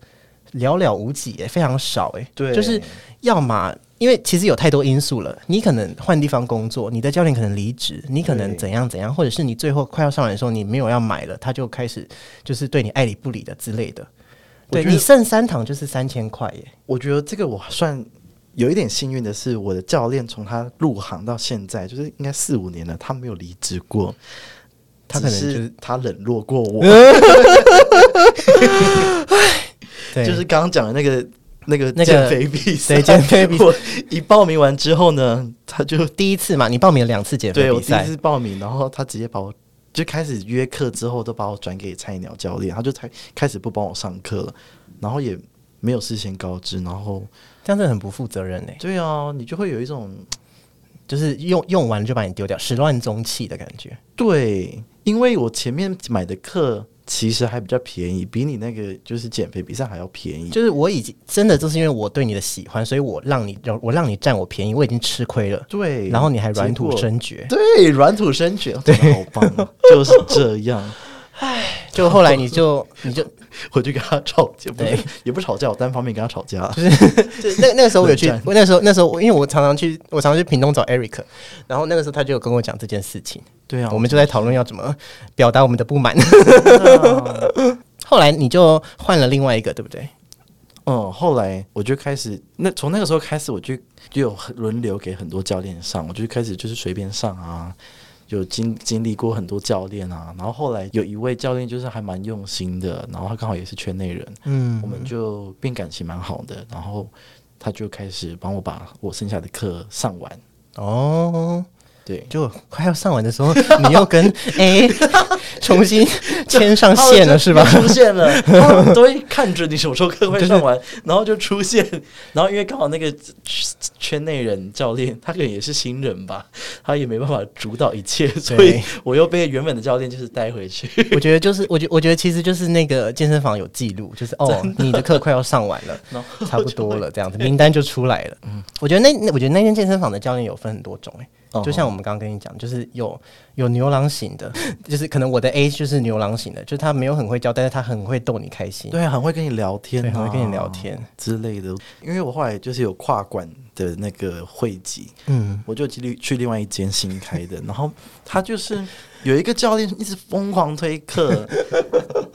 Speaker 1: 寥寥无几、耶，非常少、耶。
Speaker 2: 对
Speaker 1: 就是要么因为其实有太多因素了，你可能换地方工作，你的教练可能离职，你可能
Speaker 2: 对
Speaker 1: 怎样怎样，或者是你最后快要上完的时候，你没有要买了，他就开始就是对你爱理不理的之类的。
Speaker 2: 我
Speaker 1: 对
Speaker 2: 觉得
Speaker 1: 你剩三堂就是三千块耶，
Speaker 2: 我觉得这个我算有一点幸运的是，我的教练从他入行到现在，就是应该四五年了，他没有离职过。
Speaker 1: 他可能
Speaker 2: 只
Speaker 1: 就是
Speaker 2: 是他冷落过我，
Speaker 1: 对
Speaker 2: 就是刚刚讲的那个那个
Speaker 1: 那个
Speaker 2: 减肥比赛，
Speaker 1: 对减肥比赛
Speaker 2: *laughs* 我一报名完之后呢，他就
Speaker 1: 第一次嘛，你报名了两次减肥
Speaker 2: 对我
Speaker 1: 比
Speaker 2: 第一
Speaker 1: 赛，
Speaker 2: 次报名，然后他直接把我就开始约课之后，都把我转给菜鸟教练，他就才开始不帮我上课了，然后也没有事先告知，然后
Speaker 1: 这样真的很不负责任呢、欸
Speaker 2: 对啊，你就会有一种
Speaker 1: 就是用用完就把你丢掉，始乱终弃的感觉。
Speaker 2: 对，因为我前面买的课其实还比较便宜，比你那个就是减肥比赛还要便宜。
Speaker 1: 就是我已经真的就是因为我对你的喜欢，所以我让你我让你占我便宜，我已经吃亏了，
Speaker 2: 对，
Speaker 1: 然后你还软
Speaker 2: 结
Speaker 1: 土
Speaker 2: 果
Speaker 1: 生绝，
Speaker 2: 对，软土生绝，对，好棒哦，就是这样。
Speaker 1: 就后来你就你就
Speaker 2: 我就跟他吵架，不
Speaker 1: 对
Speaker 2: 是也不吵架，我单方面跟他吵架。
Speaker 1: 就那那个时候我
Speaker 2: *laughs*
Speaker 1: 有去
Speaker 2: 冷战，
Speaker 1: 我那时候那时候我因为我常常去我常常去屏东找 Eric，然后那个时候他就有跟我讲这件事情，
Speaker 2: 对啊，
Speaker 1: 我
Speaker 2: *laughs*
Speaker 1: 们就在讨论要怎么表达我们的不满。 *laughs* 后来你就换了另外一个，对不对？
Speaker 2: 嗯，后来我就开始，那从那个时候开始，我就就有轮流给很多教练上，我就开始就是随便上啊，有经经历过很多教练啊，然后后来有一位教练就是还蛮用心的，然后他刚好也是圈内人，
Speaker 1: 嗯
Speaker 2: 我们就变感情蛮好的，然后他就开始帮我把我剩下的课上完，
Speaker 1: 哦，
Speaker 2: 对，
Speaker 1: 就快要上完的时候， *laughs* 你又跟 A *laughs* 重新牵上线了，是 *laughs* 吧？
Speaker 2: 出现了，他们都会看着你什么时候课会上完，然后就出现，然后因为刚好那个圈内人教练，他可能也是新人吧，他也没办法主导一切，所以我又被原本的教练就是带
Speaker 1: *laughs*
Speaker 2: 回去。
Speaker 1: 我觉得就是，我觉我觉得其实就是那个健身房有记录，就是哦，你的课快要上完 *laughs* 了，差不多了，这样子名单就出来了。嗯，我觉得那我觉得那间健身房的教练有分很多种、欸，哎。就像我们刚刚跟你讲，就是有有牛郎型的， *laughs* 就是可能我的 A 就是牛郎型的，就是他没有很会教，但是他很会逗你开心，
Speaker 2: 对，很会跟你聊天、啊，
Speaker 1: 对，很会跟你聊天
Speaker 2: 之类的。因为我后来就是有跨馆的那个汇集，嗯，我就去去另外一间新开的，然后他就是有一个教练一直疯狂推课，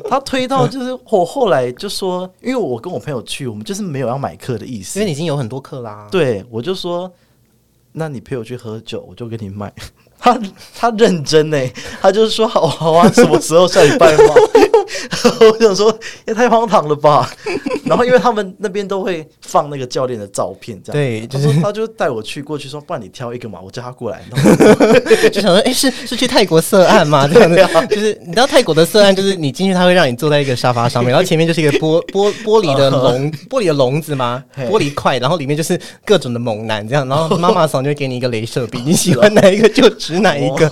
Speaker 2: 他推到就是我后来就说，因为我跟我朋友去，我们就是没有要买课的意思，
Speaker 1: 因为你已经有很多课啦，
Speaker 2: 对我就说。那你陪我去喝酒，我就给你买。 *laughs* 他他认真呢，欸他就是说好好啊，什么时候下礼拜吗？ *laughs* 我想说也太荒唐了吧。 *laughs* 然后因为他们那边都会放那个教练的照片，这样
Speaker 1: 对，
Speaker 2: 就是他就带我去过去说，不然你挑一个嘛，我叫他过来。
Speaker 1: *laughs* 就想说，哎、欸，是是去泰国涉案吗？这样子，啊、就是你知道泰国的涉案，就是你进去他会让你坐在一个沙发上面，然后前面就是一个玻玻玻璃的笼，玻璃的笼子吗？玻璃块，然后里面就是各种的猛男这样，然后妈妈桑就会给你一个镭射笔，你喜欢哪一个就。指哪一个？
Speaker 2: 哦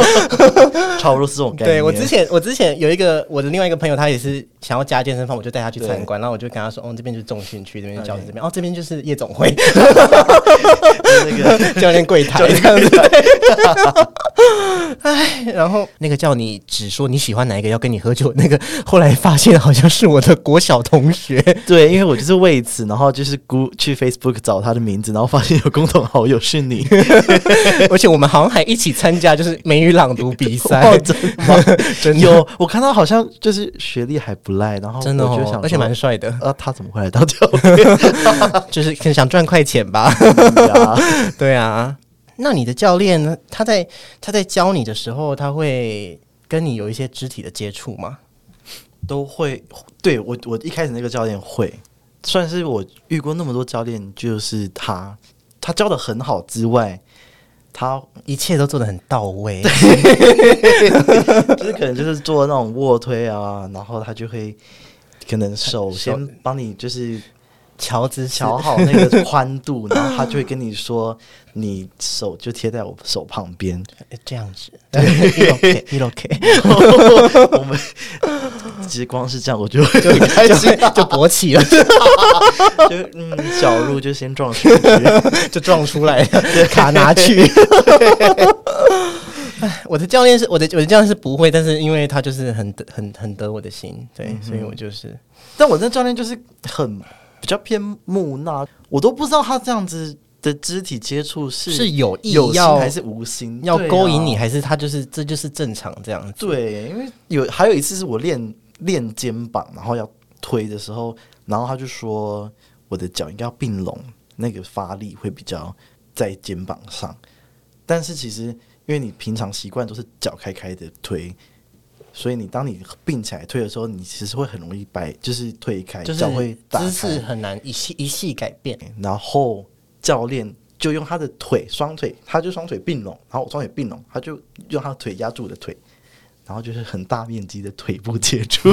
Speaker 2: *laughs* 差不多是这种概念。
Speaker 1: 对我之前，我之前有一个我的另外一个朋友，他也是想要加健身房，我就带他去参观，然后我就跟他说：“哦，这边就是重训区，这边教室这边，哦，这边就是夜总 *laughs* 会，
Speaker 2: 那
Speaker 1: 个教练柜台这样 *laughs* 子。”哎，然后 *laughs* 那个叫你只说你喜欢哪一个要跟你喝酒，那个后来发现好像是我的国小同学。
Speaker 2: 对，因为我就是为此，然后就是估去 Facebook 找他的名字，然后发现有共同好友是
Speaker 1: *laughs*
Speaker 2: 你，
Speaker 1: 而且我们好像还一起参加。就是美语朗读比赛
Speaker 2: 哦，真的真
Speaker 1: 哦
Speaker 2: 有我看到好像就是学历还不赖，然后
Speaker 1: 真的、哦，而且蛮帅 *laughs* 的。
Speaker 2: 啊，他怎么会来到教
Speaker 1: 练？就是可能想赚快钱吧。 *laughs* 对啊，那你的教练呢？他在他在教你的时候，他会跟你有一些肢体的接触吗？
Speaker 2: 都会。对我，我一开始那个教练会，算是我遇过那么多教练，就是他，他教的很好之外。他
Speaker 1: 一切都做的很到位，
Speaker 2: 就是可能就是做那种卧推啊， *laughs* 然后他就会可能手先帮你就是
Speaker 1: 调姿
Speaker 2: 调好那个宽度，然后他就会跟你说，你手就贴在我手旁边，
Speaker 1: 哎这样子， *laughs* 对一 OK，
Speaker 2: *laughs* 我
Speaker 1: *laughs*
Speaker 2: 们其实光是这样我就很开心，
Speaker 1: 就 *laughs* 勃起了。
Speaker 2: 就
Speaker 1: *laughs*
Speaker 2: 嗯，小鹿就先撞出去，
Speaker 1: 就撞出来，卡拿去。 *laughs* 我的教练是我的我的教练是不会，但是因为他就是很很很得我的心，对，嗯、所以我就是。
Speaker 2: 但我那教练就是很比较偏木讷，我都不知道他这样子的肢体接触是
Speaker 1: 是有意
Speaker 2: 有心还是无心，
Speaker 1: 要勾引你、啊、还是他就是这就是正常这样子。
Speaker 2: 对，因为有还有一次是我练练肩膀，然后要推的时候。然后他就说，我的脚应该要并拢，那个发力会比较在肩膀上。但是其实，因为你平常习惯都是脚开开的推，所以你当你并起来推的时候，你其实会很容易摆，就是推开，
Speaker 1: 就是
Speaker 2: 脚会打
Speaker 1: 姿势很难一系一系改变。
Speaker 2: 然后教练就用他的腿，双腿，他就双腿并拢，然后我双腿并拢，他就用他的腿压住我的腿。然后就是很大面积的腿部接触，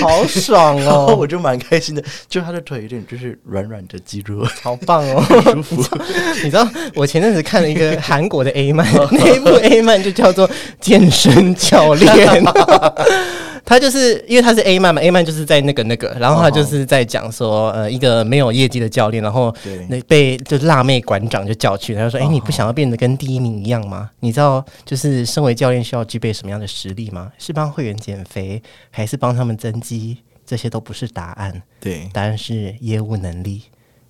Speaker 1: 好爽哦！
Speaker 2: 我就蛮开心的，就他的腿有点就是软软的肌肉，
Speaker 1: 好棒哦，
Speaker 2: 很舒服。
Speaker 1: *laughs* 你知道我前阵子看了一个韩国的
Speaker 2: *laughs*
Speaker 1: A 漫，那一部 A 漫就叫做《健身教练》，
Speaker 2: *laughs*
Speaker 1: 他就是因为他是 A 漫嘛，A 漫就是在那个那个，然后他就是在讲说，呃，一个没有业绩的教练，然后那被就辣妹馆长就叫去，他就
Speaker 2: 哦
Speaker 1: 说：“哎，你不想要变得跟第一名一样吗？你知道，就是身为教练需要具备。”什么样的实力吗？是帮会员减肥，还是帮他们增肌？这些都不是答案。
Speaker 2: 对，
Speaker 1: 答案是业务能力。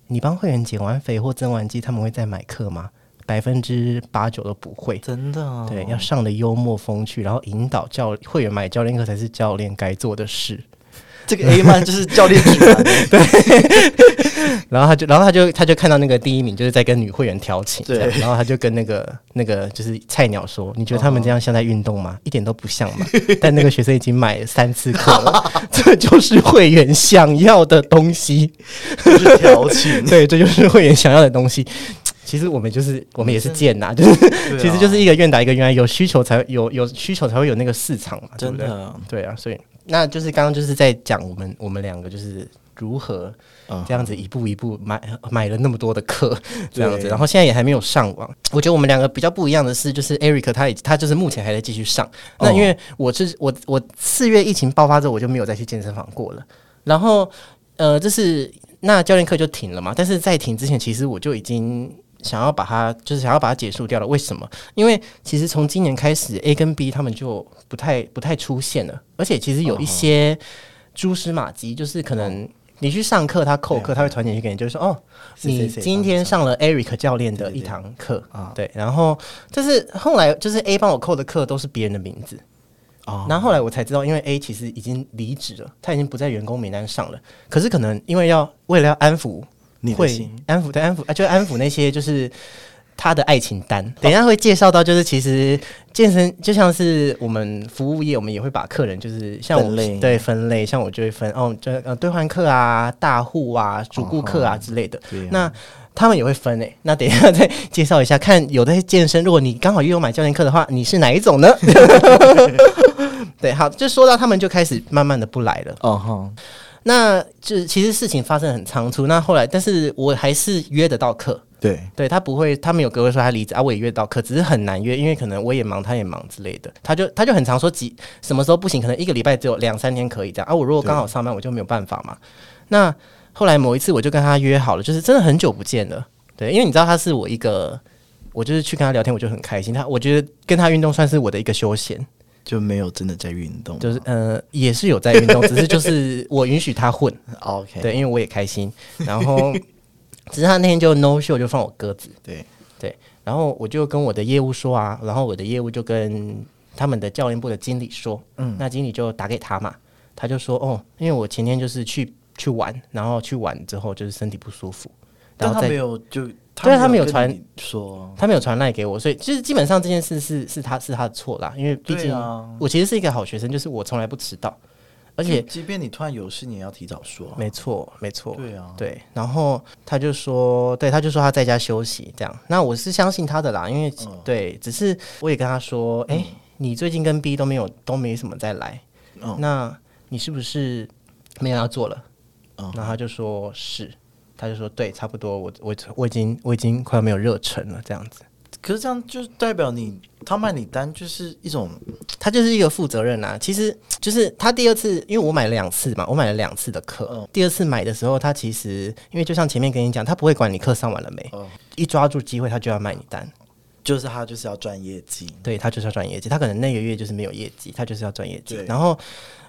Speaker 1: 你帮会员减完肥或增完肌，他们会再买课吗？百分之八九都不会。
Speaker 2: 真的、哦？
Speaker 1: 对，要上的幽默风趣，然后引导教会员买教练课，才是教练该做的事。
Speaker 2: 这个 A 曼就是教练指南，
Speaker 1: 对。然后他就，然后他就，他就看到那个第一名就是在跟女会员调情，
Speaker 2: 对。
Speaker 1: 然后他就跟那个那个就是菜鸟说：“你觉得他
Speaker 2: 哦
Speaker 1: 们这样像在运动吗？一点都不像嘛。”但那个学生已经买三次课了， *laughs* 这就是会员想要的东西，
Speaker 2: 就是调情。
Speaker 1: *laughs* 对，这就是会员想要的东西。其实我们就是我们也是贱呐，就是、
Speaker 2: 对啊
Speaker 1: 其实就是一个愿打一个愿挨，有需求才会有有需求才会有那个市场嘛，对
Speaker 2: 真
Speaker 1: 不对？
Speaker 2: 的，
Speaker 1: 对啊，所以那就是刚刚就是在讲我们我们两个就是如何
Speaker 2: 嗯
Speaker 1: 这样子一步一步买买了那么多的课，这样子，
Speaker 2: 对
Speaker 1: 然后现在也还没有上网。我觉得我们两个比较不一样的是，就是 Eric 他也他就是目前还在继续上。那因为我是我我四月疫情爆发之后，我就没有再去健身房过了。然后呃，就是那教练课就停了嘛，但是在停之前，其实我就已经。想要把它，就是想要把它结束掉了。为什么？因为其实从今年开始，A 跟 B 他们就不太不太出现了，而且其实有一些蛛丝马迹，就是可能你去上课，他扣课，他会传简讯给你，哦就是说哦，
Speaker 2: 谁谁
Speaker 1: 你
Speaker 2: 谁
Speaker 1: 今
Speaker 2: 帮你
Speaker 1: 天上了 Eric 教练的一堂课对，然后就是后来就是 A 帮我扣的课都是别人的名字，
Speaker 2: 哦
Speaker 1: 然后后来我才知道，因为 A 其实已经离职了，他已经不在员工名单上了，可是可能因为要为了要安抚
Speaker 2: 你的
Speaker 1: 会
Speaker 2: 心
Speaker 1: 安抚对安抚，啊，就安抚那些就是他的爱情单。等一下会介绍到，就是其实健身就像是我们服务业，我们也会把客人就是像我
Speaker 2: 分类
Speaker 1: 对分类，像我就会分哦，就呃兑换客啊、大户啊、主顾客啊之类的。
Speaker 2: 对啊
Speaker 1: 那他们也会分诶、欸那等一下再介绍一下，看有的健身，如果你刚好又有买教练课的话，你是哪一种呢？ *laughs* 对，好，就说到他们就开始慢慢的不来了。
Speaker 2: 哦哈，
Speaker 1: 那就是其实事情发生得很仓促，那后来，但是我还是约得到课，
Speaker 2: 对，
Speaker 1: 对他不会，他没有跟我说他离职啊，我也约得到课，只是很难约，因为可能我也忙，他也忙之类的，他就他就很常说几什么时候不行，可能一个礼拜只有两三天可以这样啊，我如果刚好上班，我就没有办法嘛。那后来某一次我就跟他约好了，就是真的很久不见了，对，因为你知道他是我一个，我就是去跟他聊天，我就很开心，他我觉得跟他运动算是我的一个休闲，
Speaker 2: 就没有真的在运动，
Speaker 1: 就是呃也是有在运动，只是就是我允许他混。
Speaker 2: OK，
Speaker 1: 对，因为我也开心。然后，只是他那天就 no show 就放我鸽子，
Speaker 2: 对
Speaker 1: 对。然后我就跟我的业务说啊，然后我的业务就跟他们的教练部的经理说，嗯，那经理就打给他嘛，他就说哦，因为我前天就是去去玩，然后去玩之后就是身体不舒服，然
Speaker 2: 但
Speaker 1: 后
Speaker 2: 他
Speaker 1: 再
Speaker 2: 没有就，
Speaker 1: 对啊他
Speaker 2: 没
Speaker 1: 没有
Speaker 2: 跟
Speaker 1: 传
Speaker 2: 你说，
Speaker 1: 他没有传赖给我，所以其实基本上这件事是是他是他的错啦，因为毕
Speaker 2: 对
Speaker 1: 竟
Speaker 2: 啊
Speaker 1: 我其实是一个好学生，就是我从来不迟到，而且
Speaker 2: 就即便你突然有事，你也要提早说啊，
Speaker 1: 没错没错，
Speaker 2: 对啊，
Speaker 1: 对，然后他就说，对，他就说他在家休息这样。那我是相信他的啦，因为、
Speaker 2: 嗯
Speaker 1: 对，只是我也跟他说，哎、你最近跟 B 都没有都没什么再来，
Speaker 2: 嗯
Speaker 1: 那你是不是没有要做了？
Speaker 2: 嗯
Speaker 1: 然后他就说是，他就说对，差不多，我我我已经我已经快要没有热忱了这样子。
Speaker 2: 可是这样就代表你他卖你单就是一种
Speaker 1: 他就是一个负责任啊。其实就是他第二次，因为我买了两次嘛，我买了两次的课。第二次买的时候，他其实因为就像前面跟你讲，他不会管你课上完了没，
Speaker 2: 嗯
Speaker 1: 一抓住机会他就要卖你单。
Speaker 2: 就是他就是要赚业绩，
Speaker 1: 对他就是要赚业绩，他可能那个月就是没有业绩，他就是要赚业绩
Speaker 2: 对。
Speaker 1: 然后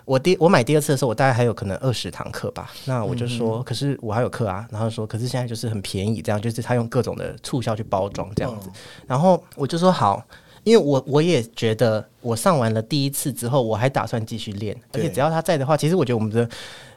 Speaker 1: 我第我买第二次的时候，我大概还有可能二十堂课吧，那我就说，可是我还有课啊，然后说，可是现在就是很便宜，这样就是他用各种的促销去包装这样
Speaker 2: 哦
Speaker 1: 子，然后我就说好。因为我我也觉得，我上完了第一次之后，我还打算继续练，而
Speaker 2: 对
Speaker 1: 且只要他在的话，其实我觉得我们的，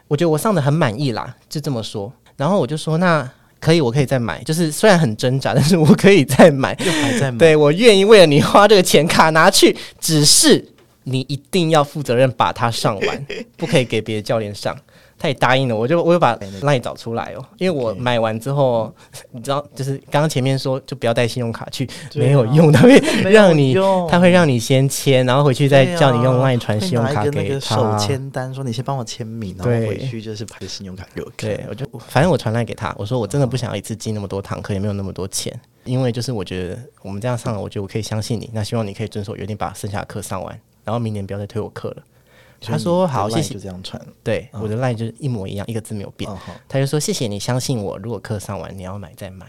Speaker 1: 我觉得我上的很满意啦，就这么说。然后我就说，那可以，我可以再买，就是虽然很挣扎，但是我可以再买。
Speaker 2: 又还在买，
Speaker 1: *laughs* 对我愿意为了你花这个钱卡拿去，只是你一定要负责任把它上
Speaker 2: *laughs*
Speaker 1: 完，不可以给别的教练上。他也答应了，我就我就把 line 找出来哦，因为我买完之后，你知道，就是刚刚前面说就不要带信用卡去，
Speaker 2: 对啊
Speaker 1: 没有用，他会
Speaker 2: 没有
Speaker 1: 让你
Speaker 2: 用
Speaker 1: 他会让你先签，然后回去再
Speaker 2: 对啊
Speaker 1: 叫你用 line 传信用卡
Speaker 2: 会拿一个那
Speaker 1: 给
Speaker 2: 个
Speaker 1: 他
Speaker 2: 手。签单说你先帮我签名，然后
Speaker 1: 对
Speaker 2: 回去就是拍信用卡给我看，
Speaker 1: 对，我就反正我传来给他，我说我真的不想要一次进那么多堂课，也没有那么多钱，因为就是我觉得我们这样上了，我觉得我可以相信你，那希望你可以遵守约定，把剩下的课上完，然后明年不要再推我课了。他说好，
Speaker 2: 所以
Speaker 1: 谢
Speaker 2: 你
Speaker 1: 谢
Speaker 2: 就。这样传，
Speaker 1: 对，我的 line 就是一模一样，一个字没有变
Speaker 2: 嗯好。
Speaker 1: 他就说谢谢你相信我，如果课上完你要买再买，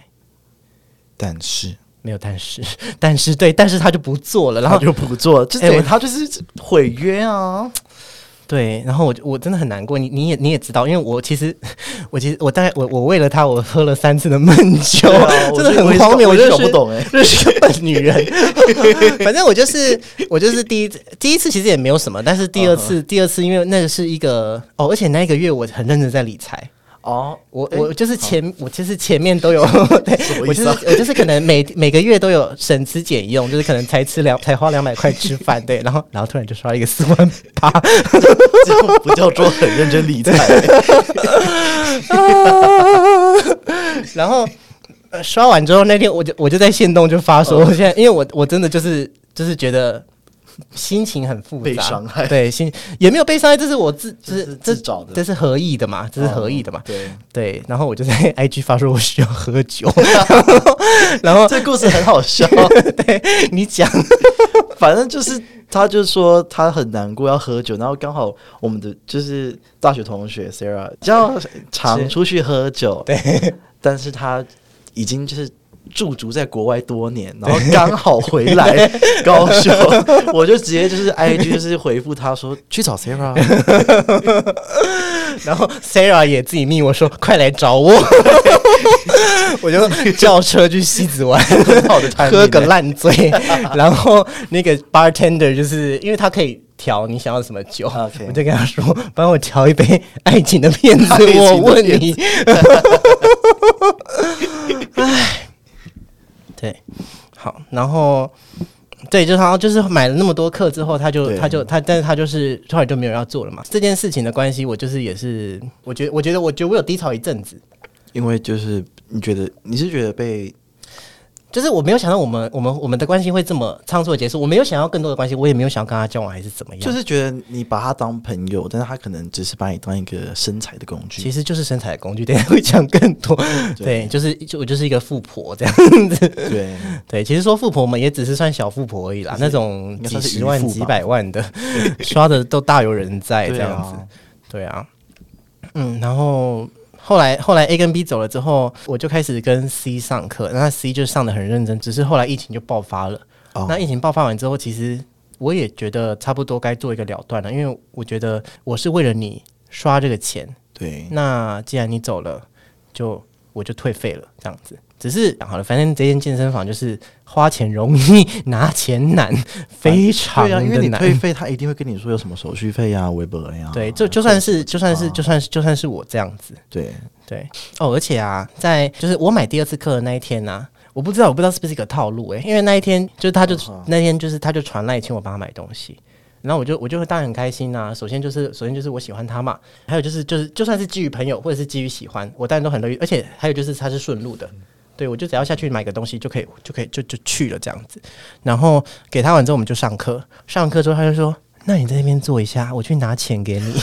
Speaker 2: 但是
Speaker 1: 没有但是， *laughs* 但是对，但是他就不做了，然
Speaker 2: 他
Speaker 1: 后
Speaker 2: 就不做，就
Speaker 1: 哎
Speaker 2: 等于
Speaker 1: 我
Speaker 2: 他就是毁约
Speaker 1: *laughs*
Speaker 2: 啊，
Speaker 1: 对，然后我就我真的很难过，你你也你也知道，因为我其实我其实我大概我我为了他我喝了三次的闷酒，
Speaker 2: 对啊
Speaker 1: *laughs*
Speaker 2: 我
Speaker 1: 真的
Speaker 2: 是我
Speaker 1: 很
Speaker 2: 也
Speaker 1: 荒
Speaker 2: 是
Speaker 1: 谬，
Speaker 2: 我也
Speaker 1: 就是是
Speaker 2: 搞不懂哎
Speaker 1: *laughs* 就是个笨女人。 *laughs* 反正我就是我就是第一次第一次其实也没有什么，但是第二
Speaker 2: 嗯
Speaker 1: 次、第二次因为那个是一个哦，而且那一个月我很认真在理财。
Speaker 2: 哦，
Speaker 1: 我
Speaker 2: 哎
Speaker 1: 我就是前我其实前面都
Speaker 2: *laughs*
Speaker 1: 有，对
Speaker 2: 么
Speaker 1: 我就
Speaker 2: 意思
Speaker 1: 是
Speaker 2: 啊
Speaker 1: 我就是可能每每个月都有省吃俭用，就是可能才吃两才花两百块吃饭，对，然后然后突然就刷了一个四万八，
Speaker 2: 这不叫做很认
Speaker 1: *laughs*
Speaker 2: 真理财，
Speaker 1: *laughs* 然后呃刷完之后那天我就我就在线动就发
Speaker 2: 哦
Speaker 1: 说，我现在因为我我真的就是就是觉得心情很复杂，
Speaker 2: 被伤害
Speaker 1: 对心也没有被伤害，这是我自这
Speaker 2: 这是
Speaker 1: 这
Speaker 2: 自找的哦
Speaker 1: 这是合意的嘛，这是合意的嘛，
Speaker 2: 对，
Speaker 1: 对。然后我就在 IG 发说我需要喝酒， *laughs* 然后
Speaker 2: 这故事很
Speaker 1: *laughs*
Speaker 2: 好笑。
Speaker 1: 对你讲，
Speaker 2: 反正就是他就说他很难过要喝酒，然后刚好我们的就是大学同学 Sarah 比较常出去喝酒，对，但是他已经就是。驻足在国外多年，然后刚好回来高雄， *laughs* 我就直接就是 I G 就是回复他说去找 Sarah， *laughs*
Speaker 1: 然后 Sarah 也自己密我说快来找我， *laughs* 我就叫车去西子湾。
Speaker 2: 很好的 timing
Speaker 1: 喝个烂醉， *laughs* 然后那个 bartender 就是因为他可以调你想要什么酒
Speaker 2: 啊 OK
Speaker 1: 我就跟他说帮我调一杯爱情的骗子
Speaker 2: 爱情的，
Speaker 1: 我问
Speaker 2: 骗 *laughs*
Speaker 1: 你，唉，对，好，然后。对，就好像就是买了那么多课之后，他就
Speaker 2: 对
Speaker 1: 他就他，但是他就是后来就没有要做了嘛。这件事情的关系，我就是也是，我觉得我觉得我觉得我有低潮一阵子，
Speaker 2: 因为就是你觉得你是觉得被
Speaker 1: 就是我没有想到我们我们我们的关系会这么仓促的结束，我没有想要更多的关系，我也没有想要跟他交往还是怎么样，
Speaker 2: 就是觉得你把他当朋友，但是他可能只是把你当一个身材的工具
Speaker 1: 其。实就是身材的工具， *laughs* 等一下会讲更多。对，
Speaker 2: *laughs* 对
Speaker 1: 就是就我就是一个富婆这样子。 *laughs*
Speaker 2: 对，
Speaker 1: 对，其实说富婆们也只是算小富婆而已啦，那种
Speaker 2: 应
Speaker 1: 几
Speaker 2: 该算是
Speaker 1: 十万
Speaker 2: 渔、夫吧
Speaker 1: 几百万
Speaker 2: *laughs*
Speaker 1: 的刷的都大有人在这
Speaker 2: 对啊
Speaker 1: 样子。对啊，嗯，然后后来后来 A 跟 B 走了之后，我就开始跟 C 上课，那 C 就上的很认真，只是后来疫情就爆发了。
Speaker 2: 哦
Speaker 1: 那疫情爆发完之后，其实我也觉得差不多该做一个了断了，因为我觉得我是为了你刷这个钱，
Speaker 2: 对，
Speaker 1: 那既然你走了，就我就退费了，这样子。只是讲好了，反正这间健身房就是花钱容易， *laughs* 拿钱难，非常
Speaker 2: 对
Speaker 1: 的
Speaker 2: 啊，因为你
Speaker 1: 难。
Speaker 2: 退费，他一定会跟你说有什么手续费呀、微博啊呀。
Speaker 1: 对，就就算是就算是就算是就算是我这样子，
Speaker 2: 对，
Speaker 1: 对哦，而且啊，在就是我买第二次课的那一天呢、我不知道我不知道是不是一个套路诶、欸因为那一天就是他就、那天就是他就传赖请我帮他买东西，然后我就我就会当然很开心呐、首先就是首先就是我喜欢他嘛，还有就是就是就算是基于朋友或者是基于喜欢，我当然都很乐意，而且还有就是他是顺路的。对，我就只要下去买个东西就可以，就可以就就去了这样子。然后给他完之后，我们就上课。上完课之后，他就说：“那你在那边坐一下，我去拿钱给你。”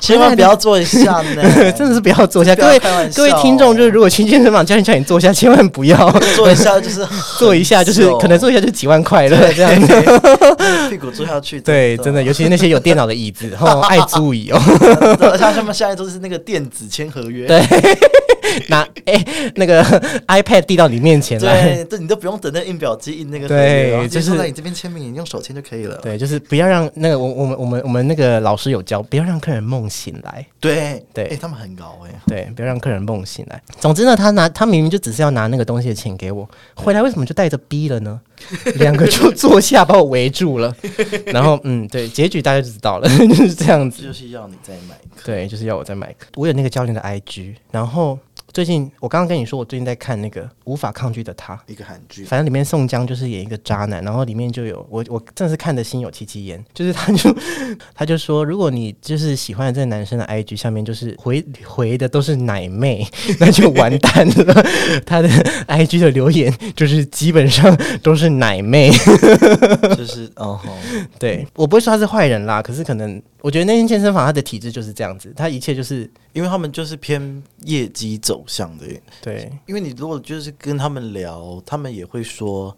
Speaker 2: 千万不要做一下呢，
Speaker 1: *laughs* 真的是不要坐下，
Speaker 2: 不
Speaker 1: 各
Speaker 2: 要
Speaker 1: 位
Speaker 2: 开玩笑哦
Speaker 1: 各位听众，就是如果去健身房，教练叫你坐下，千万不要
Speaker 2: 做一下就是
Speaker 1: *laughs* 坐一下，就是可能坐一下就几万块了这样子。
Speaker 2: *laughs* 屁股坐下
Speaker 1: *laughs*
Speaker 2: 去。
Speaker 1: 对，真的，尤其是那些有电脑的椅子，然后爱租椅
Speaker 2: *laughs*
Speaker 1: 哦，
Speaker 2: 真的，而且他们现在都是那个电子签合约。
Speaker 1: 对拿哎、那个 iPad 递到你面前来，
Speaker 2: 对，这你都不用等那个印表机印那个合
Speaker 1: 对
Speaker 2: 约，然后
Speaker 1: 就是
Speaker 2: 放在你这边签名，你用手签就可以了。
Speaker 1: 对，就是不要让那个我我们我们我们那个老师有教，不要让客人梦醒来。
Speaker 2: 对
Speaker 1: 对
Speaker 2: 哎，他们很高哎，
Speaker 1: 对，不要让客人梦醒来。总之呢，他拿他明明就只是要拿那个东西的钱给我，回来为什么就带着逼了呢？两个就坐下把我围住了，然后嗯，对，结局大家就知道了， *laughs* 就是这样
Speaker 2: 这
Speaker 1: 子。
Speaker 2: 就是要你再买。
Speaker 1: 对，就是要我再买一个。我有那个教练的 IG，然后最近我刚刚跟你说，我最近在看那个《无法抗拒的他》，
Speaker 2: 一个韩
Speaker 1: *laughs*
Speaker 2: 剧，
Speaker 1: 反正里面宋江就是演一个渣男，然后里面就有我我真的是看的心有戚戚焉，就是他就 *laughs* 他就说，如果你就是喜欢这个男生的 IG 下面就是回回的都是奶妹， *laughs* 那就完蛋了。他的 IG 的留言就是基本上都是奶妹。
Speaker 2: 就是哦吼，
Speaker 1: 对我不会说他是坏人啦，可是可能我觉得那间健身房他的体质就是这样子，他一切就是
Speaker 2: 因为他们就是偏业绩走向的。
Speaker 1: 对
Speaker 2: 因为你如果就是跟他们聊，他们也会说，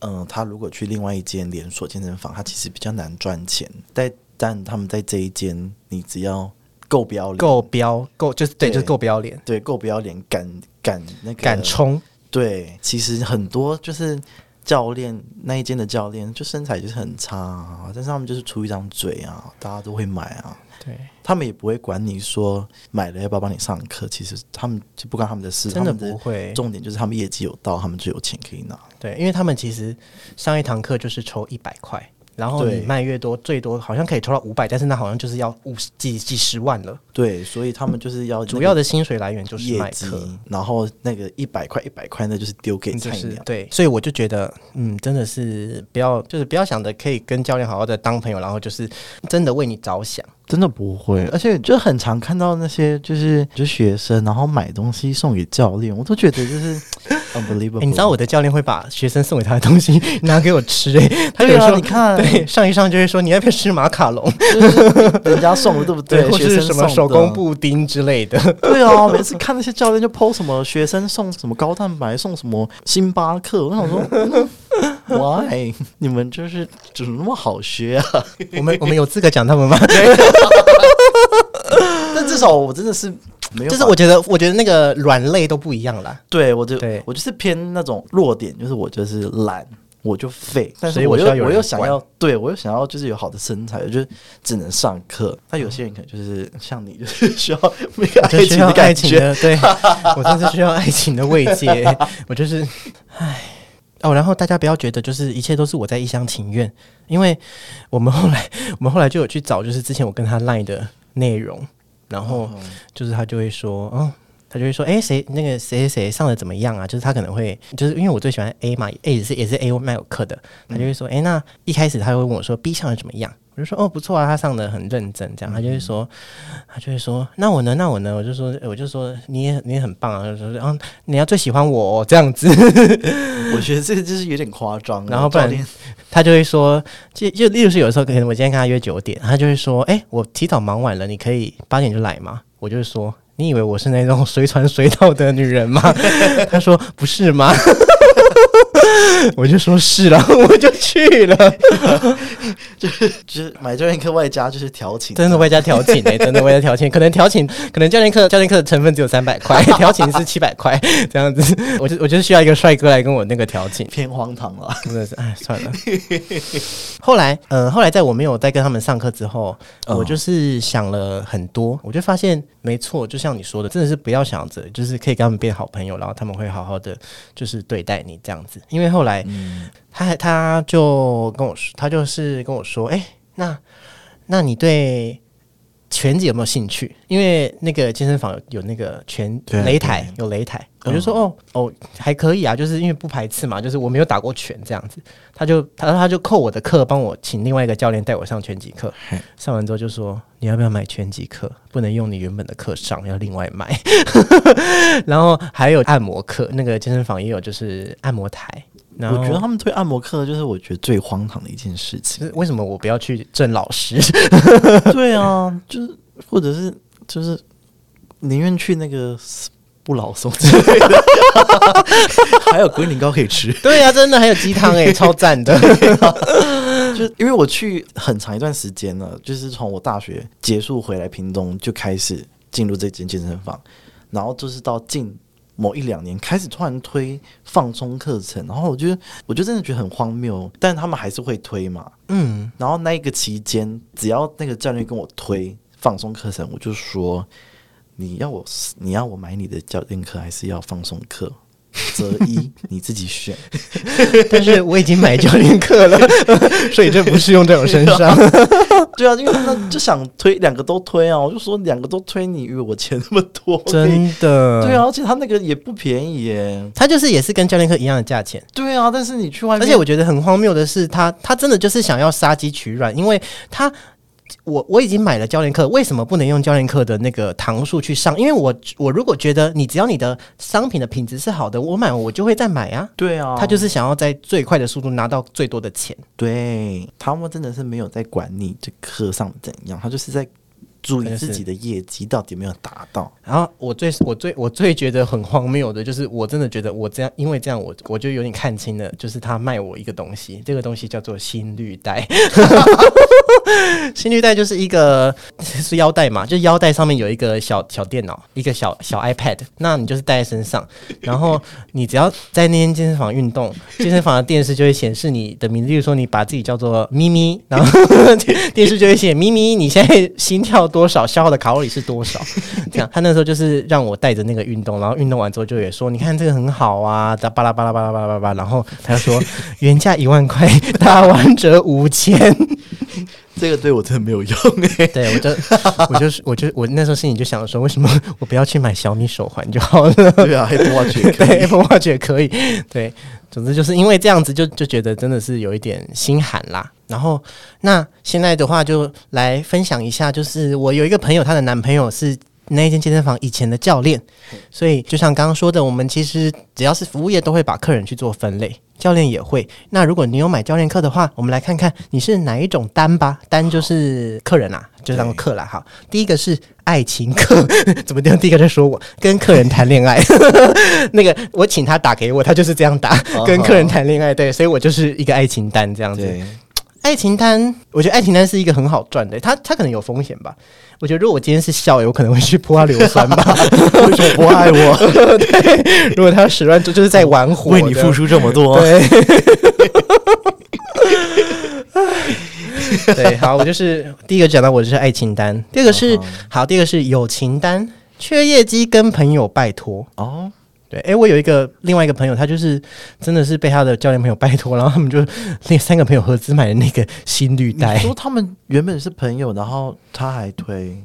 Speaker 2: 嗯、他如果去另外一间连锁健身房，他其实比较难赚钱。但但他们在这一间，你只要够不要脸，
Speaker 1: 够标够就是对
Speaker 2: 对
Speaker 1: 就是够不要脸，
Speaker 2: 对够不要脸，敢敢那个
Speaker 1: 敢冲。
Speaker 2: 对，其实很多就是教练那一间的教练，就身材就是很差、啊，但是他们就是出一张嘴啊，大家都会买啊。
Speaker 1: 对，
Speaker 2: 他们也不会管你说买了要不要帮你上课，其实他们就不关他们的事，
Speaker 1: 真的
Speaker 2: 他们
Speaker 1: 不会。
Speaker 2: 重点就是他们业绩有到，他们就有钱可以拿。
Speaker 1: 对，因为他们其实上一堂课就是抽一百块，然后你
Speaker 2: 对
Speaker 1: 卖越多，最多好像可以抽到五百，但是那好像就是要五十几几十万了。
Speaker 2: 对，所以他们就是要
Speaker 1: 主
Speaker 2: 那
Speaker 1: 要
Speaker 2: 个
Speaker 1: 的薪水来源就是
Speaker 2: 业
Speaker 1: 卖
Speaker 2: 绩
Speaker 1: 课，，嗯
Speaker 2: 然后那个一百块一百块，那就是丢给
Speaker 1: 就
Speaker 2: 菜
Speaker 1: 是
Speaker 2: 鸟。
Speaker 1: 对，所以我就觉得，嗯，真的是不要，就是不要想着可以跟教练好好的当朋友，然后就是真的为你着想。
Speaker 2: 真的不会，而且就很常看到那些就是就是学生，然后买东西送给教练，我都觉得就是 *laughs* unbelievable。
Speaker 1: 诶你知道我的教练会把学生送给他的东西 *laughs* 拿给我吃、诶，他有
Speaker 2: 对
Speaker 1: 时
Speaker 2: 啊，
Speaker 1: 候
Speaker 2: 你看，
Speaker 1: 对上一上就会说你要不要吃马卡龙，
Speaker 2: 人家送的对不 *laughs* 对？
Speaker 1: 或
Speaker 2: 学
Speaker 1: 是
Speaker 2: 生
Speaker 1: 什么
Speaker 2: 送
Speaker 1: 手
Speaker 2: 的
Speaker 1: 工？布丁之类的。 *laughs*
Speaker 2: 对啊，每次看那些教练就 PO 什么 *laughs* 学生送什么高蛋白，送什么星巴克，我想说、嗯 *laughs* why 你们就是怎么那么好学啊？
Speaker 1: 我们我们有资格讲他们吗？ *laughs*
Speaker 2: 但至少我真的是没有
Speaker 1: 就
Speaker 2: 把，
Speaker 1: 是我觉得我觉得那个软肋都不一样啦。
Speaker 2: 对我就
Speaker 1: 对
Speaker 2: 我就是偏那种弱点，就是我就是懒，我就废，但
Speaker 1: 所以
Speaker 2: 是
Speaker 1: 我
Speaker 2: 我
Speaker 1: 需
Speaker 2: 又
Speaker 1: 要有人
Speaker 2: 又想
Speaker 1: 管
Speaker 2: 要，对我又想要就是有好的身材，我就只能上课。那有些人可能就是像你，就是 *laughs* 需要那个
Speaker 1: 我就
Speaker 2: 爱
Speaker 1: 需
Speaker 2: 情
Speaker 1: 要
Speaker 2: 的
Speaker 1: 爱
Speaker 2: 感
Speaker 1: 情
Speaker 2: 觉。
Speaker 1: 的，对 *laughs* 我真是需要爱情的慰藉。 *laughs* 我就是，唉，哦，然后大家不要觉得就是一切都是我在一厢情愿，因为我们后来 *laughs* 我们后来就有去找，就是之前我跟他赖的内容，然后
Speaker 2: 哦
Speaker 1: 就是他就会说，哦。他就会说：“哎、谁那个谁谁谁上的怎么样啊？就是他可能会，就是因为我最喜欢 A 嘛，A 也是也是 A 麦有课的，
Speaker 2: 嗯
Speaker 1: 他就会说：哎、那一开始他会问我说 B 上的怎么样？我就说：哦，不错啊，他上的很认真。这样，他就会说：他就会说：“那我呢？那我呢？”我就说：“我就说你也你也很棒啊！”他就说：“啊，你要最喜欢我、哦、这样子。
Speaker 2: 我觉得这个就是有点夸张了。
Speaker 1: 然后不
Speaker 2: 教
Speaker 1: 然
Speaker 2: 练，”
Speaker 1: 他就会说：“就就例如是有时候可能我今天跟他约九点，他就会说：‘哎、我提早忙完了，你可以八点就来吗？’我就会说：‘你以为我是那种随传随到的女人吗？’ *laughs* 他说：‘不是吗？’ *laughs* 我就说是然后 *laughs* 我就去了。
Speaker 2: 就是买教练课外加就是调情，
Speaker 1: 真的为他调情哎、真的为他调情，可能调情，可能教练课教练课的成分只有三百块， *laughs* 调情是七百块这样子。我就我就需要一个帅哥来跟我那个调
Speaker 2: *laughs*
Speaker 1: 情，
Speaker 2: 偏荒唐了。
Speaker 1: 真的是哎算了。后来呃，后来在我没有再跟他们上课之后，
Speaker 2: 哦
Speaker 1: 我就是想了很多，我就发现没错，就像你说的，真的是不要想着就是可以跟他们变好朋友，然后他们会好好的就是对待你这样子。因为后来
Speaker 2: 嗯，
Speaker 1: 他还他就跟我说，他就是跟我说，哎、那那你对拳击有没有兴趣？因为那个健身房有有那个拳
Speaker 2: 对啊嗯
Speaker 1: 擂台，有擂台，我就说、哦哦还可以啊，就是因为不排斥嘛，就是我没有打过拳这样子，他就他他就扣我的课，帮我请另外一个教练带我上拳击课
Speaker 2: 嘿，
Speaker 1: 上完之后就说你要不要买拳击课？不能用你原本的课上，要另
Speaker 2: *laughs*
Speaker 1: 外买。然后还有按摩课，那个健身房也有就是按摩台。然
Speaker 2: 我
Speaker 1: 后
Speaker 2: 觉得他们对按摩课就是我觉得最荒唐的一件事情
Speaker 1: 就。是为什么我不要去正老师？ *laughs*
Speaker 2: 对啊， *laughs* 就是或者是就是宁愿去那个不老松之类的， *laughs* 还有龟苓膏可以吃。
Speaker 1: 对呀、真的还有鸡汤哎，超赞的。
Speaker 2: 就是因为我去很长一段时间了，就是从我大学结束回来屏东就开始进入这间健身房，然后就是到近某一两年开始突然推放松课程，然后我觉得我就真的觉得很荒谬，但他们还是会推嘛。
Speaker 1: 嗯，
Speaker 2: 然后那一个期间，只要那个教练跟我推放松课程，我就说你要我你要我买你的教练课还是要放松课？择一，你自己选。
Speaker 1: 但是我已经买教练课
Speaker 2: *laughs*
Speaker 1: 了，所以这不适用在我身上。 *laughs*
Speaker 2: 对啊，因为那就想推两个都推啊，我就说两个都推，你以为我钱那么多？
Speaker 1: 真的，
Speaker 2: 对啊，，而且他那个也不便宜耶。
Speaker 1: 他就是也是跟教练课一样的价钱。
Speaker 2: 对啊，但是你去外面，
Speaker 1: 而且我觉得很荒谬的是他，他真的就是想要杀鸡取卵，因为他。我我已经买了教练课，为什么不能用教练课的那个堂数去上？因为我我如果觉得你只要你的商品的品质是好的，我买我就会再买啊。
Speaker 2: 对啊，
Speaker 1: 他就是想要在最快的速度拿到最多的钱。
Speaker 2: 对他们真的是没有在管你这课上怎样，他就是在注
Speaker 1: 真
Speaker 2: 意
Speaker 1: 的是
Speaker 2: 自己的业绩到底有没有达到。
Speaker 1: 然后我最我最我最觉得很荒谬的就是，我真的觉得我这样，因为这样我我就有点看清了，就是他卖我一个东西，这个东西叫做心率带。 *laughs* 心率带就是一个是腰带嘛，就是腰带上面有一个小小电脑，一个小小 iPad，那你就是带在身上，然后你只要在那间健身房运动，健身房的电视就会显示你的 *laughs* 名字，例如说你把自己叫做咪咪，然后电视就会写咪咪，你现在心跳多少，消耗的卡路里是多少。 *laughs* 这样，他那时候就是让我带着那个运动，然后运动完之后就也说，你看这个很好啊，哒巴拉巴拉巴拉巴拉巴拉巴拉。然后他就说，原价一万块，打完折五千。
Speaker 2: 这个对我真的没有用哎、
Speaker 1: 对我就我就是我就我那时候心里就想说，为什么我不要去买小米手环就好了？
Speaker 2: *laughs* 对啊，Apple Watch 也
Speaker 1: *laughs*
Speaker 2: 可
Speaker 1: 对
Speaker 2: 以。
Speaker 1: Apple Watch 也可以。对，总之就是因为这样子就，就觉得真的是有一点心寒啦。然后，那现在的话就来分享一下，就是我有一个朋友，她的男朋友是那一间健身房以前的教练，
Speaker 2: 嗯
Speaker 1: 所以就像刚刚说的，我们其实只要是服务业都会把客人去做分类，教练也会。那如果你有买教练课的话，我们来看看你是哪一种单吧。单就是客人啦、啊就当客啦。好，第一个是爱情课，怎么样？第一个在说我跟客人谈恋爱， *laughs* 那个我请他打给我，他就是这样打，跟客人谈恋爱。对，所以我就是一个爱情单这样子。
Speaker 2: 哦对，
Speaker 1: 爱情单，我觉得爱情单是一个很好赚的，它它可能有风险吧。我觉得如果我今天是笑，我可能会去泼他硫酸
Speaker 2: *laughs*
Speaker 1: 吧。
Speaker 2: 为什么不爱我？
Speaker 1: 如果他十万就就是在玩火，
Speaker 2: *laughs* 为你付。出这么多，
Speaker 1: *laughs* 对。 *laughs* 对，好，我就是第一个讲到我就是爱情单，第二个
Speaker 2: 嗯
Speaker 1: 是好，第二个是友情单，缺业绩跟朋友拜托。
Speaker 2: 哦，
Speaker 1: 对，哎、我有一个另外一个朋友，他就是真的是被他的教练朋友拜托，然后他们就那三个朋友合资买的那个新绿
Speaker 2: 你
Speaker 1: 带，
Speaker 2: 说他们原本是朋友，然后他还 *laughs* 推，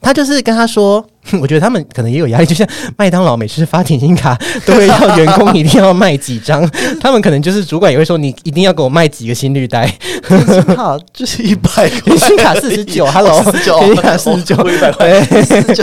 Speaker 1: 他就是跟他说，我觉得他们可能也有压力，就像麦当劳每次发甜心
Speaker 2: *laughs*
Speaker 1: 卡都会要员工一定要卖几张，他们可能就是主管也会说你一定要给我卖几个新绿带，
Speaker 2: 他就是一百
Speaker 1: 甜心卡49 hello
Speaker 2: 四十九，哦
Speaker 1: 甜心卡49
Speaker 2: *laughs* 我一百块，
Speaker 1: *laughs*
Speaker 2: 四十九，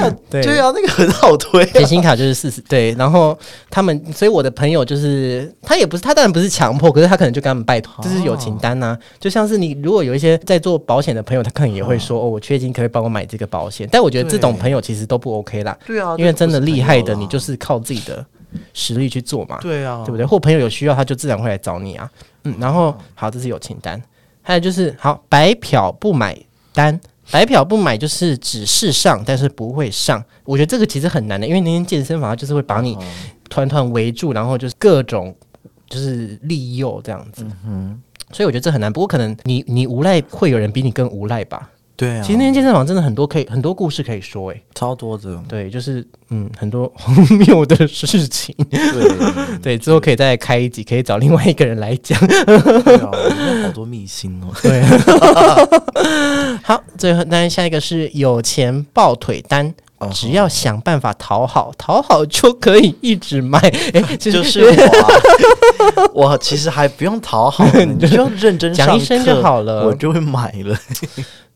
Speaker 2: 看
Speaker 1: 对
Speaker 2: *laughs* 对啊，那个很好推啊，
Speaker 1: 甜心卡就是四十对，然后他们，所以我的朋友就是他也不是他当然不是强迫，可是他可能就跟他们拜
Speaker 2: 哦
Speaker 1: 托，就是友情单呐、就像是你如果有一些在做保险的朋友，他可能也会说哦，我缺金可不可以帮我买这个保险，但我觉得这种
Speaker 2: 嗯对
Speaker 1: 朋友其实都不 OK 啦，
Speaker 2: 对啊，
Speaker 1: 因为真的厉害的，
Speaker 2: 这个不是朋友啦
Speaker 1: 你就是靠自己的实力去做嘛，
Speaker 2: 对啊，
Speaker 1: 对不对？或朋友有需要，他就自然会来找你啊。嗯，然后好，这是友情单，还有就是好白嫖不买单，白嫖不买就是只是上，但是不会上。我觉得这个其实很难的，因为那天健身房它就是会把你
Speaker 2: 哦
Speaker 1: 团团围住，然后就是各种就是利诱这样子。
Speaker 2: 嗯，
Speaker 1: 所以我觉得这很难。不过可能你你无赖会有人比你更无赖吧。
Speaker 2: 对啊，啊
Speaker 1: 其实那天健身房真的很多可以很多故事可以说、欸，诶，
Speaker 2: 超多的，
Speaker 1: 对，就是嗯很多 *laughs* 荒谬的事情。
Speaker 2: 对啊
Speaker 1: 对，之后可以再开一集，可以找另外一个人来讲。
Speaker 2: 对啊，那好多秘辛哦，
Speaker 1: *laughs* 对， *laughs* 好，最后那下一个是有钱抱腿单。
Speaker 2: 哦
Speaker 1: 只要想办法讨好，讨好就可以一直 *laughs* 卖。哎、其实
Speaker 2: 就是我、啊， *laughs* 我其实还不用讨好
Speaker 1: *laughs*
Speaker 2: 呢，你就认真
Speaker 1: 讲
Speaker 2: 上
Speaker 1: 一声
Speaker 2: 课
Speaker 1: 就好了
Speaker 2: 我就会买了。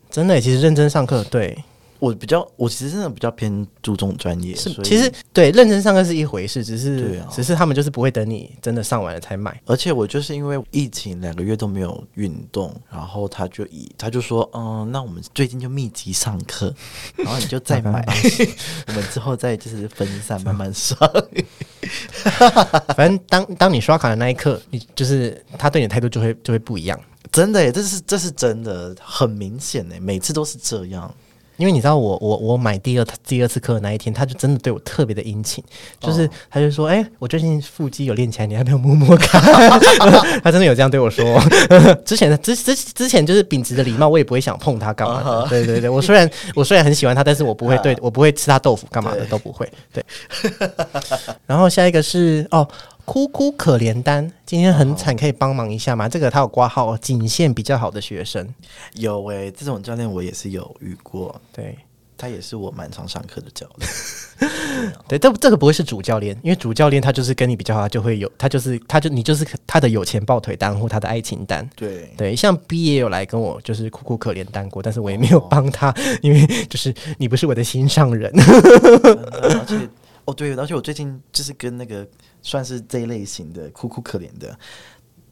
Speaker 1: 真的，其实认真上课，对，
Speaker 2: 我比较，我其实真的比较偏注重专业，
Speaker 1: 是
Speaker 2: 所以
Speaker 1: 其实对认真上课是一回事，只
Speaker 2: 对
Speaker 1: 是、
Speaker 2: 啊
Speaker 1: 只是他们就是不会等你真的上完了才买。
Speaker 2: 而且我就是因为疫情两个月都没有运动，然后他就以他就说，嗯，那我们最近就密集上
Speaker 1: *laughs*
Speaker 2: 课，然后你就再买， *laughs* 我们之后再就是分散慢慢上。
Speaker 1: 反正当当你刷卡的那一刻，你就是他对你的态度就会就会不一样。
Speaker 2: *laughs* 真的耶，这是这是真的，很明显诶，每次都是这样。
Speaker 1: 因为你知道我我我买第二第二次课的那一天，他就真的对我特别的殷勤，就是他就说：“哎、我最近腹肌有练起来，你要不要摸摸看？” *laughs* 他真的有这样对我说。之前之之之前就是秉持着礼貌，我也不会想碰他干嘛的。对对对，我虽然我虽然很喜欢他，但是我不会对我不会吃他豆腐干嘛的都不会。对。然后下一个是哦。哭哭可怜单，今天很惨，可以帮忙一下吗？这个他有挂号，哦仅限比较好的学生。
Speaker 2: 有诶，这种教练我也是有遇过，
Speaker 1: 对，
Speaker 2: 他也是我蛮常上课的教练。
Speaker 1: 对，但这个不会是主教练，因为主教练他就是跟你比较好，他就会有，他就是他就你就是他的有钱抱腿单或他的爱情单。
Speaker 2: 对，
Speaker 1: 对，像 B 也有来跟我就是苦苦可怜单过，但是我也没
Speaker 2: 哦
Speaker 1: 有帮他，因为就是你不是我的心上人。
Speaker 2: 真的而且哦对，而且我最近就是跟那个算是这一类型的哭哭可怜的，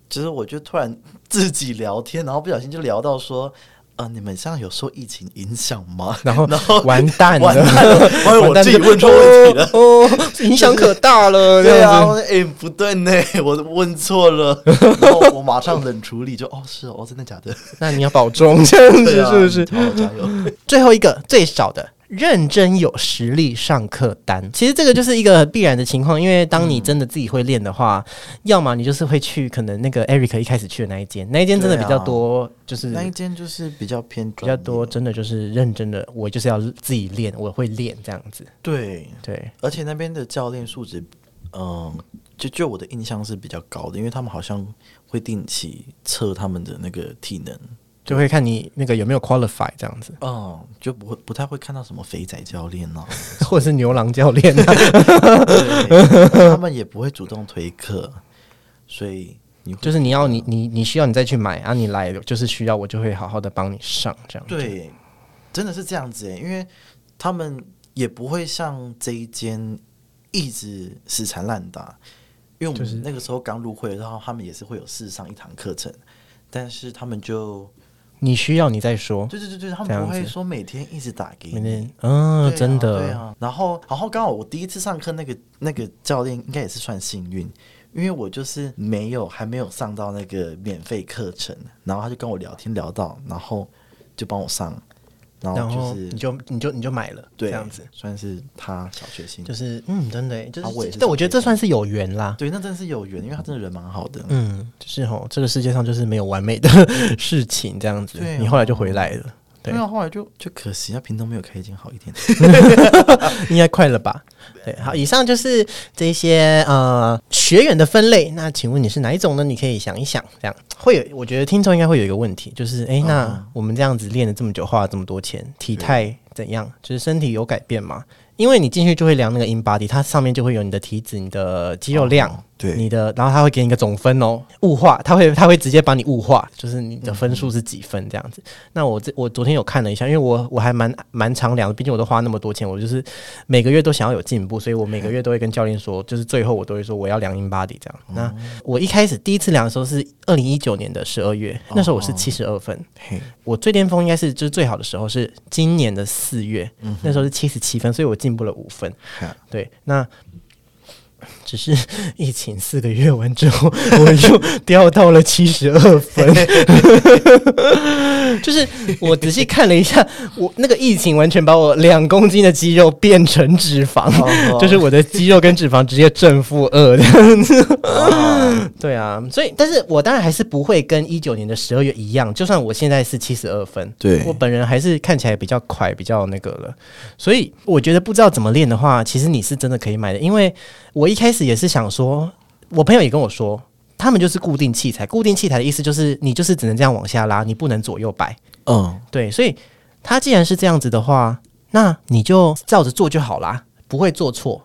Speaker 2: 就是我就突然自己聊天，然后不小心就聊到说。啊，你们这样有受疫情影响吗？ *laughs*
Speaker 1: 然后
Speaker 2: 然后
Speaker 1: 完蛋了
Speaker 2: 哦完蛋
Speaker 1: *laughs*
Speaker 2: 了，因为
Speaker 1: 完
Speaker 2: 我
Speaker 1: 蛋
Speaker 2: 自己
Speaker 1: 就
Speaker 2: 问错问题了。
Speaker 1: 哦，哦影响可大了，这
Speaker 2: 对啊，
Speaker 1: 样
Speaker 2: 我
Speaker 1: 子。
Speaker 2: 说哎、不对呢，我问错了， *laughs* 然后我马上冷处理就，哦
Speaker 1: *laughs*
Speaker 2: 是哦，真的假的？
Speaker 1: 那你要保重，这样
Speaker 2: 对
Speaker 1: 子
Speaker 2: 啊
Speaker 1: *laughs* 是不是？
Speaker 2: 好加油！
Speaker 1: 最后一个最少的认真有实力上课单。其实这个就是一个必然的情况，因为当你真的自己会练的话，
Speaker 2: 嗯
Speaker 1: 要么你就是会去可能那个 Eric 一开始去的那一间，那一间真的比较多，就是
Speaker 2: 啊那一间就是比较偏
Speaker 1: 比
Speaker 2: 专
Speaker 1: 较
Speaker 2: 业
Speaker 1: 多，真的就是认真的，我就是要自己练，我会练这样子。
Speaker 2: 对，
Speaker 1: 对，
Speaker 2: 而且那边的教练素质，嗯，就就我的印象是比较高的，因为他们好像会定期测他们的那个体能，
Speaker 1: 就会看你那个有没有 qualify 这样子，
Speaker 2: 嗯，就不会不太会看到什么肥仔教练啊啦、
Speaker 1: 或者是牛郎教练、
Speaker 2: *laughs*
Speaker 1: 啊。
Speaker 2: 对，他们也不会主动推课，所以你会
Speaker 1: 就是你要你你你需要你再去买啊，你来就是需要我就会好好的帮你上这样。
Speaker 2: 对，真的是这样子诶，欸因为他们也不会像这一间一直死缠烂打，因为我们那个时候刚入会，然后他们也是会有试上一堂课程，但是他们就
Speaker 1: 你需要你再说。
Speaker 2: 对对对对，他
Speaker 1: 这
Speaker 2: 们
Speaker 1: 样
Speaker 2: 不会
Speaker 1: 子
Speaker 2: 说每天一直打给
Speaker 1: 明
Speaker 2: 你
Speaker 1: 天。嗯、
Speaker 2: 对啊
Speaker 1: 真
Speaker 2: 对
Speaker 1: 的，
Speaker 2: 啊。然后，然后刚好我第一次上课，那个那个教练应该也是算幸运，因为我就是没有还没有上到那个免费课程，然后他就跟我聊天聊到，然后就帮我上，然
Speaker 1: 然
Speaker 2: 后
Speaker 1: 后
Speaker 2: 哦就是
Speaker 1: 你就你就你就买了，
Speaker 2: 对
Speaker 1: 这样子，
Speaker 2: 算是他小确幸。
Speaker 1: 就是嗯，真的耶，就是,、
Speaker 2: 啊我也是
Speaker 1: 但我觉得这算是有缘啦。
Speaker 2: 对，那真的是有缘，因为他真的人蛮好的。
Speaker 1: 嗯，就是吼，这个世界上就是没有完美的 *laughs* 事情，这样子。
Speaker 2: 嗯对啊
Speaker 1: 你后来就回来了，对
Speaker 2: 啊，后来就就可惜，他屏东没有开一间好一点的。
Speaker 1: *laughs* 应该快了吧？对，好，以上就是这些呃学员的分类。那请问你是哪一种呢？你可以想一想，这样会有，我觉得听众应该会有一个问题，就是诶，那我们这样子练了这么久，花了这么多钱，体态怎样？就是身体有改变吗？因为你进去就会量那个 in body，它上面就会有你的体脂、你的肌肉量。
Speaker 2: 对
Speaker 1: 你的，然后他会给你一个总分哦，物化，他会他会直接把你物化，就是你的分数是几分这样子。那我这我昨天有看了一下，因为我我还蛮蛮常量的，毕竟我都花那么多钱，我就是每个月都想要有进步，所以我每个月都会跟教练说，就是最后我都会说我要量 in body 这样。那我一开始第一次量的时候是二零一九年的十二月，那时候我是七十二分，
Speaker 2: 嘿，
Speaker 1: 我最巅峰应该是就是最好的时候是今年的四月，那时候是七十七分，所以我进步了五分。
Speaker 2: *laughs* 哈
Speaker 1: 对，那只是疫情四个月完之后，我又掉到了七十二分。就是我仔细看了一下，我那个疫情完全把我两公斤的肌肉变成脂肪，
Speaker 2: 哦
Speaker 1: 就是我的肌肉跟脂肪直接正负
Speaker 2: *laughs*
Speaker 1: 二这样子。
Speaker 2: 哇
Speaker 1: 对啊，所以但是我当然还是不会跟一九年的十二月一样，就算我现在是七十二分，
Speaker 2: 对
Speaker 1: 我本人还是看起来比较快，比较那个了。所以我觉得不知道怎么练的话，其实你是真的可以买的，因为我一开始也是想说，我朋友也跟我说。他们就是固定器材，固定器材的意思就是你就是只能这样往下拉，你不能左右摆。
Speaker 2: 嗯，
Speaker 1: 对，所以他既然是这样子的话，那你就照着做就好啦，不会做错。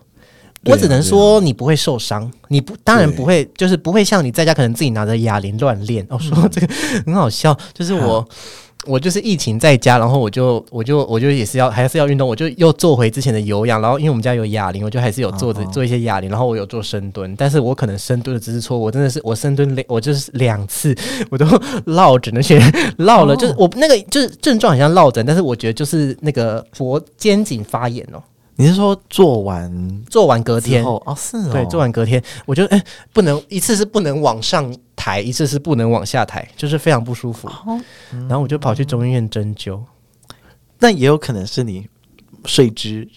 Speaker 2: 对啊
Speaker 1: 我只能说你不会受伤，你不当然
Speaker 2: 对
Speaker 1: 不会，就是不会像你在家可能自己拿着哑铃乱练。哦，
Speaker 2: 嗯
Speaker 1: 说这个很好笑，就是我。我就是疫情在家，然后我就我就我就也是要还是要运动，我就又做回之前的有氧，然后因为我们家有哑铃，我就还是有做
Speaker 2: 哦
Speaker 1: 着、做一些哑铃，然后我有做深蹲，但是我可能深蹲的姿势错，我真的是我深蹲两我就是两次 *laughs* 我都落枕，而且落
Speaker 2: 哦
Speaker 1: 了、就是我那个就是症状很像落枕，但是我觉得就是那个脖肩颈发炎哦，
Speaker 2: 你是说做完
Speaker 1: 做完隔
Speaker 2: 之
Speaker 1: 天
Speaker 2: 后哦，是哦，
Speaker 1: 对，做完隔天，我觉得哎、不能一次是不能往上抬，一次是不能往下抬，就是非常不舒服。
Speaker 2: 哦
Speaker 1: 然后我就跑去中医院针灸，
Speaker 2: 那也有可能是你睡姿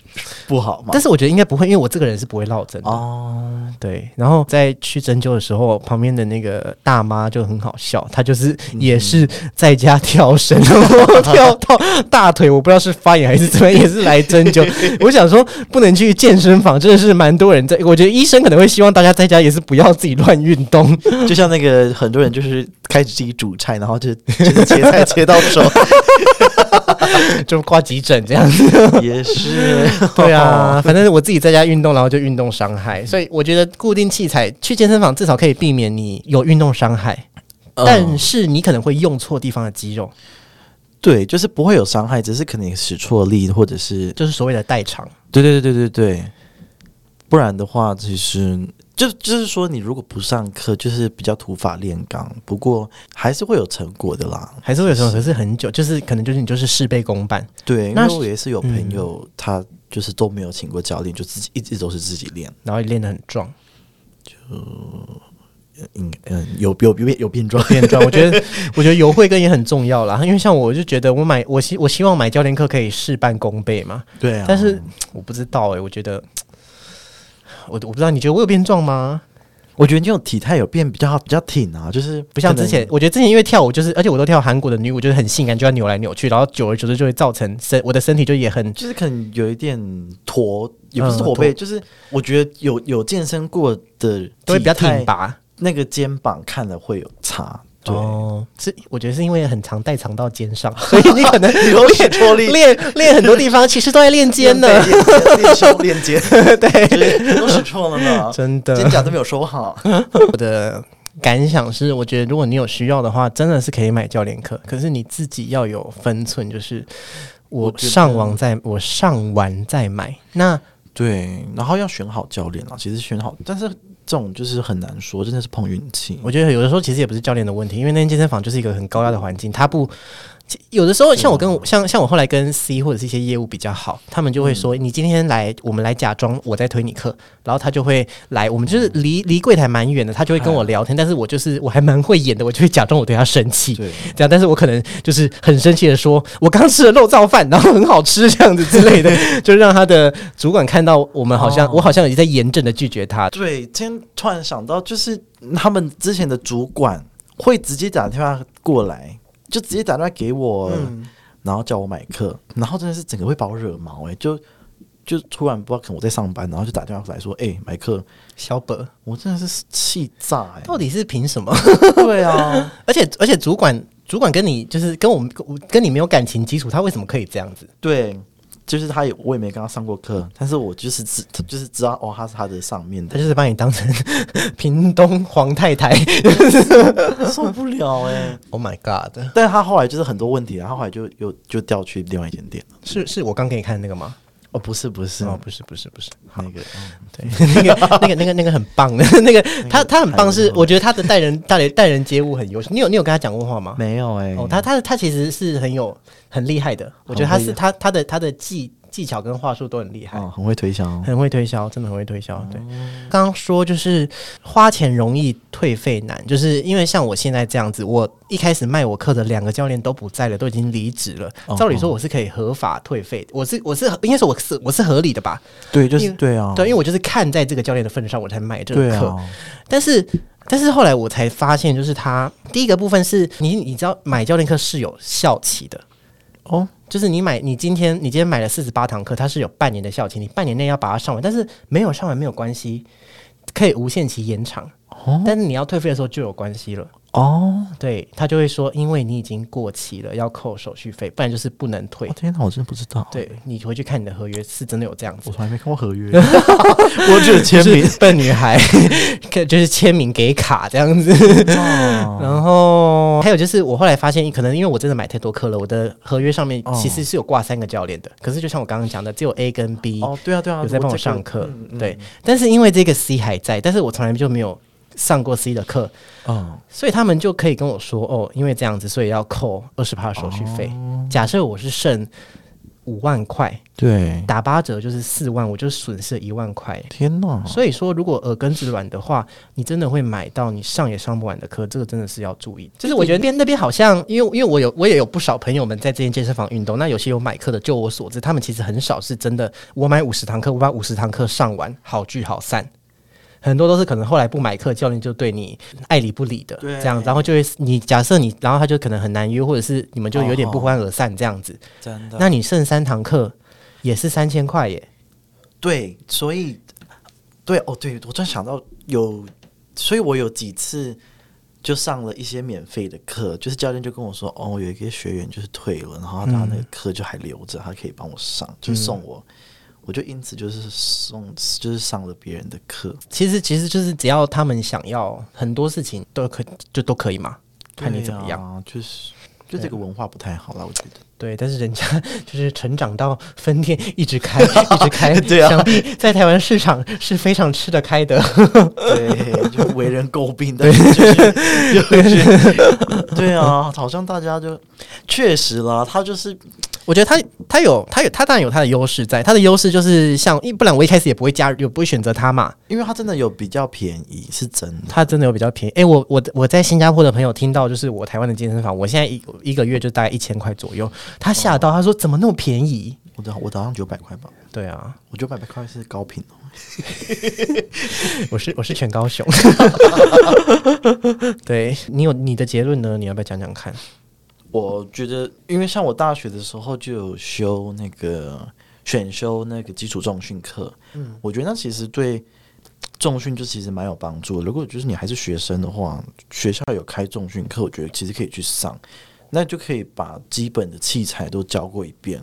Speaker 2: 不好嘛
Speaker 1: 但。是我觉得应该不会，因为我这个人是不会落枕的。
Speaker 2: *laughs* 哦，
Speaker 1: 对，然后在去针灸的时候，旁边的那个大妈就很好笑，她就是也是在家跳绳，然后跳到大腿，我不知道是发炎还是怎么样，也是来针 *laughs* 灸。我想说，不能去健身房，真的是蛮多人在。我觉得医生可能会希望大家在家也是不要自己乱运动。
Speaker 2: 就像那个很多人就是开始自己煮菜，然后就就是切菜切到 *laughs* 手，
Speaker 1: 就挂急诊这样子。
Speaker 2: 也是
Speaker 1: 对 *laughs*
Speaker 2: *laughs*
Speaker 1: 啊，反正我自己在家运动，然后就运动伤害，所以我觉得固定器材去健身房至少可以避免你有运动伤害，
Speaker 2: 嗯
Speaker 1: 但是你可能会用错地方的肌肉，
Speaker 2: 对，就是不会有伤害，只是可能你使错力，或者是
Speaker 1: 就是所谓的代偿。
Speaker 2: 对对对对对对，不然的话，其实就就是说，你如果不上课，就是比较土法炼钢，不过还是会有成果的啦。
Speaker 1: 还是会有时候，可是很久，就是可能就是你就是事倍功半。
Speaker 2: 对，因
Speaker 1: 那
Speaker 2: 为
Speaker 1: 是
Speaker 2: 我也是嗯有朋友，他就是都没有 *laughs* 请过教练，就自己一直都是自己练。
Speaker 1: 然后也练得很壮。
Speaker 2: 嗯嗯有有有变
Speaker 1: *laughs*
Speaker 2: 有变壮，
Speaker 1: 变壮。我觉得，我觉得油慧根也很重要啦，因为像我就觉得我买我希我希望买教练课可以事半功倍嘛，
Speaker 2: 对啊，
Speaker 1: 但是我不知道哎、我觉得我我不知道，你觉得我有变壮吗？
Speaker 2: 我觉得你这种体态有变比较好，比较挺啊，就是
Speaker 1: 不像
Speaker 2: 可能
Speaker 1: 之前，我觉得之前因为跳舞就是，而且我都跳韩国的女舞，就是很性感，就要扭来扭去，然后久而久之就会造成身我的身体就也很
Speaker 2: 就是可能有一点驼，也不
Speaker 1: 嗯
Speaker 2: 是驼背，就是我觉得有有健身过的
Speaker 1: 都会比较
Speaker 2: 体态
Speaker 1: 挺，拔。
Speaker 2: 那个肩膀看了会有差。对， *laughs*
Speaker 1: 哦，是我觉得是因为很常带长到肩上，所以你可能
Speaker 2: 有点脱力，
Speaker 1: 练练很多地方其实都在练肩呢。
Speaker 2: 练背，练胸，练肩，
Speaker 1: *laughs* 对，
Speaker 2: *laughs* 就是都使错了呢，
Speaker 1: *laughs* 真
Speaker 2: 肩
Speaker 1: 的，
Speaker 2: 胛都没有收好。 *laughs*
Speaker 1: 我的感想是，我觉得如果你有需要的话，真的是可以买教练课，可是你自己要有分寸，就是
Speaker 2: 我
Speaker 1: 我
Speaker 2: 觉得
Speaker 1: 上网再我上完再买。那
Speaker 2: 对，然后要选好教练啊，其实选好，但是这种就是很难说，真的是碰运气。
Speaker 1: 我觉得有的时候其实也不是教练的问题，因为那间健身房就是一个很高压的环境，他不。其有的时候，像我跟我像像我后来跟 C 或者是一些业务比较好，他们就会说，你今天来，我们来假装我在推你课，然后他就会来，我们就是离离柜台蛮远的，他就会跟我聊天，但是我就是我还蛮会演的，我就会假装我对他生气，
Speaker 2: 对，
Speaker 1: 这样，但是我可能就是很生气的说，我刚吃了肉燥饭，然后很好吃这样子之类的， *laughs* 就让他的主管看到我们好像、
Speaker 2: 哦
Speaker 1: 我好像已经在严正的拒绝他，
Speaker 2: 对，今天突然想到，就是他们之前的主管会直接打电话过来，就直接打电话给我，然后叫我买课，然后真的是整个会把我惹毛哎、就就突然不知道可能我在上班，然后就打电话来说，哎、买课，
Speaker 1: 小本
Speaker 2: 我真的是气炸哎、
Speaker 1: 到底是凭什么？
Speaker 2: *laughs*
Speaker 1: *laughs*
Speaker 2: 对啊，
Speaker 1: 而且而且主管主管跟你就是跟我们跟我跟你没有感情基础，他为什么可以这样子？
Speaker 2: 对。就是他也，我也没跟他上过课，但是我就是知，就是知道哦，他是他的上面
Speaker 1: 他
Speaker 2: 的，
Speaker 1: 就是把你当成 *laughs* 屏东黄太太
Speaker 2: 受不了哎、
Speaker 1: ，Oh my God！
Speaker 2: *laughs* 但他后来就是很多问题啊，他后来就又就调去另外一间店了。
Speaker 1: 是是我刚给你看的那个吗？
Speaker 2: 哦，不是不是，
Speaker 1: 哦，不是不是不 *laughs* 是，
Speaker 2: 那个，嗯 *laughs*
Speaker 1: 对，那个那个那个那个很棒的， *laughs* 那个他他很棒是，
Speaker 2: 还不错
Speaker 1: 我觉得他的待人待人待人接物很优秀。你有你有跟他讲过话吗？
Speaker 2: 没有哎、
Speaker 1: 哦，他他他其实是很有很厉害的，我觉得他是他他的他的技技巧跟话术都很厉害。
Speaker 2: 哦很会推销哦，
Speaker 1: 很会推销，真的很会推销。对，刚刚说就是花钱容易退费难，就是因为像我现在这样子，我一开始卖我课的两个教练都不在了，都已经离职了
Speaker 2: 哦。
Speaker 1: 照理说我是可以合法退费的，我是我是应该是我是我是合理的吧？
Speaker 2: *laughs* 对，就
Speaker 1: 因
Speaker 2: 是
Speaker 1: 为
Speaker 2: 对啊，
Speaker 1: 对，因为我就是看在这个教练的份上，我才买这个
Speaker 2: 对
Speaker 1: 课。
Speaker 2: 啊，
Speaker 1: 但是，但是后来我才发现，就是他第一个部分是你，你知道买教练课是有效期的，
Speaker 2: 哦，
Speaker 1: 就是你买，你今天你今天买了四十八堂课，它是有半年的效期，你半年内要把它上完，但是没有上完没有关系，可以无限期延长。
Speaker 2: 哦
Speaker 1: 但是你要退费的时候就有关系了，
Speaker 2: 哦，
Speaker 1: 对他就会说，因为你已经过期了，要扣手续费，不然就是不能退
Speaker 2: 我。天哪，我真的不知道，，
Speaker 1: 对你回去看你的合约，是真的有这样子
Speaker 2: 我。从来没看过合 *laughs* 约，我只有签 *laughs*
Speaker 1: 就
Speaker 2: 名
Speaker 1: 是笨女孩， *laughs* 就是签名给卡这样子。
Speaker 2: 哦，
Speaker 1: 然后还有就是，我后来发现，可能因为我真的买太多课了，我的合约上面
Speaker 2: 哦
Speaker 1: 其实是有挂三个教练的。可是就像我刚刚讲的，只有 A 跟 B
Speaker 2: 哦，对啊对啊，
Speaker 1: 有在帮
Speaker 2: 我
Speaker 1: 我
Speaker 2: 这个
Speaker 1: 上课
Speaker 2: 嗯，嗯
Speaker 1: 对。但是因为这个 C 还在，但是我从来就没有上过 C 的课，
Speaker 2: 嗯，
Speaker 1: 所以他们就可以跟我说，哦，因为这样子，所以要扣二十趴手续费。
Speaker 2: 哦
Speaker 1: 假设我是剩五万块，
Speaker 2: 对，
Speaker 1: 打八折就是四万，我就损失一万块。
Speaker 2: 天哪，
Speaker 1: 所以说，如果耳根子软的话，你真的会买到你上也上不完的课，这个真的是要注意。就是我觉得那边那边好像，因为因为我有我也有不少朋友们在这间健身房运动，那有些有买课的，就我所知，他们其实很少是真的，我买五十堂课，我把五十堂课上完，好聚好散。很多都是可能后来不买课，教练就对你爱理不理的
Speaker 2: 对
Speaker 1: 这样，然后就会你假设你，然后他就可能很难约，或者是你们就有点
Speaker 2: 哦
Speaker 1: 不欢而散这样子。
Speaker 2: 真的
Speaker 1: 那你剩三堂课也是三千块耶，
Speaker 2: 对，所以对哦，对我突然想到有，所以我有几次就上了一些免费的课，就是教练就跟我说，哦，有一个学员就是退了，然后他那个课就还留着，他可以帮我上，就送我。我就因此就是送，就是上了别人的课，
Speaker 1: 其实其实就是只要他们想要很多事情都可就都可以嘛，看你怎么样。
Speaker 2: 样。啊就是就这个文化不太好啦，我觉得。
Speaker 1: 对，但是人家 *laughs* 就是成长到分店一直 *laughs* 开一直开，
Speaker 2: 对啊
Speaker 1: 想必在台湾市场是非常吃得开的。
Speaker 2: 对，就为人诟病， *laughs* 但是就是就是，对啊，好像大家就确实啦，他就是
Speaker 1: *laughs* 我觉得他他有他有他当然有他的优势在，他的优势就是像，因为不然我一开始也不会加入，也不会选择他嘛。
Speaker 2: 因为它真的有比较便宜，是真的。
Speaker 1: 他真的有比较便宜。哎、我我我在新加坡的朋友听到，就是我台湾的健身房，我现在一一个月就大概一千块左右，他吓到，他说怎么那么便宜？
Speaker 2: 我早我早上九百块吧，
Speaker 1: 对啊，
Speaker 2: 我九百块是高频哦。
Speaker 1: 我是我是全高
Speaker 2: *laughs*
Speaker 1: 雄。对你有你的结论呢？你要不要讲讲看？
Speaker 2: 我觉得，因为像我大学的时候就有修那个选修那个基础重训课，嗯，我觉得那其实对重训就其实蛮有帮助的。如果就是你还是学生的话，学校有开重训课，我觉得其实可以去上，那就可以把基本的器材都教过一遍，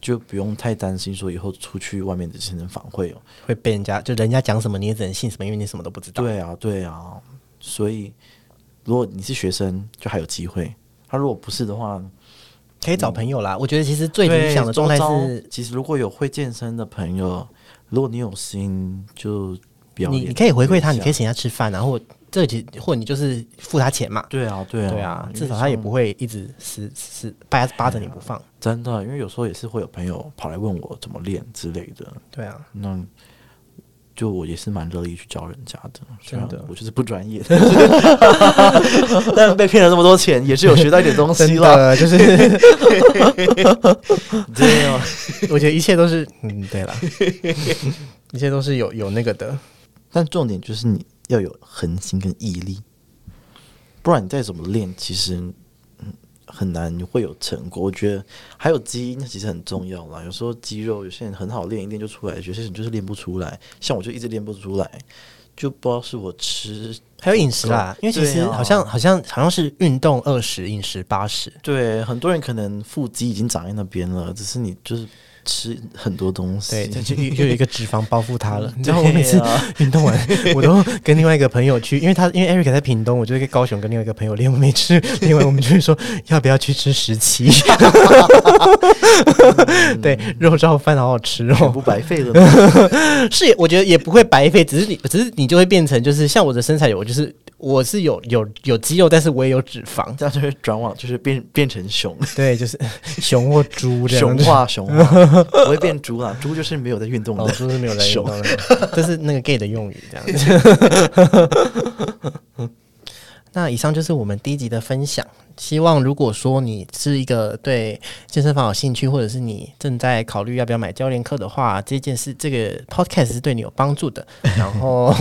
Speaker 2: 就不用太担心说以后出去外面的健身房会有
Speaker 1: 会被人家就人家讲什么你也只能信什么，因为你什么都不知道。
Speaker 2: 对啊，对啊，所以如果你是学生，就还有机会；他、如果不是的话，
Speaker 1: 可以找朋友啦。我觉得其实最理想的状态
Speaker 2: 嗯对周
Speaker 1: 是
Speaker 2: 遭其实如果有会健身的朋友，如果你有心，就表
Speaker 1: 你
Speaker 2: 演。
Speaker 1: 你可以回馈他，你可以
Speaker 2: 以。
Speaker 1: 请他吃饭啊，然后这其或你就是付他钱嘛。
Speaker 2: 对啊，对啊，
Speaker 1: 对啊，
Speaker 2: 因为
Speaker 1: 至少他也
Speaker 2: 像
Speaker 1: 不会一直死死扒扒着你不放。
Speaker 2: 真的，因为有时候也是会有朋友跑来问我怎么练之类的，
Speaker 1: 对啊，
Speaker 2: 那就我也是蛮乐意去教人家的。虽然
Speaker 1: 真的
Speaker 2: 我就是不专业， *laughs* 但被骗了那么多钱，也是有学到一点东西
Speaker 1: 真
Speaker 2: 啦。
Speaker 1: 的就是，
Speaker 2: *laughs* 对啊，
Speaker 1: 我觉得一切都是嗯，对
Speaker 2: *laughs*
Speaker 1: 了，一切都是有有那个的。
Speaker 2: 但重点就是你要有恒心跟毅力，不然你再怎么练，其实嗯很难会有成果。我觉得还有基因，那其实很重要啦。有时候肌肉，有些人很好练一练就出来，有些人就是练不出来。像我就一直练不出来，就不知道是我吃
Speaker 1: 还有饮食啦，因为其实
Speaker 2: 对啊
Speaker 1: 好像、好像好像是运动二十，饮食八十。
Speaker 2: 对很多人可能腹肌已经长在那边了，只是你就是吃很多东西。
Speaker 1: 对，这
Speaker 2: *laughs*
Speaker 1: 就又又有一个脂肪包覆他 *laughs* 了。你知道我
Speaker 2: 对
Speaker 1: 每次
Speaker 2: 啊
Speaker 1: 运动完，我都跟另外一个朋友去，因为他因为 Eric 在屏东，我就跟高雄跟另外一个朋友练，我们 *laughs* 吃，另外我们就会说要不要去吃十七？对，肉燥饭好好吃
Speaker 2: 全
Speaker 1: 哦。
Speaker 2: 部白费
Speaker 1: *laughs*
Speaker 2: 了呢。
Speaker 1: 是也，我觉得也不会白费，只是你，只是你就会变成就是像我的身材有，我就是我是有有有肌肉，但是我也有脂肪。
Speaker 2: 这样就会转往，就是变变成熊。
Speaker 1: 对，就是 *laughs* 熊或猪这样
Speaker 2: 熊
Speaker 1: 子。
Speaker 2: 化熊化，不会变猪啦，猪就是没有在运动的。
Speaker 1: 哦，猪是没有人运
Speaker 2: 熊 *laughs*
Speaker 1: 动的，这是那个 gay 的用语，这样子。那以上就是我们第一集的分享。希望如果说你是一个对健身房有兴趣，或者是你正在考虑要不要买教练课的话，这件事这个 podcast 是对你有帮助
Speaker 2: *laughs*
Speaker 1: 的。然后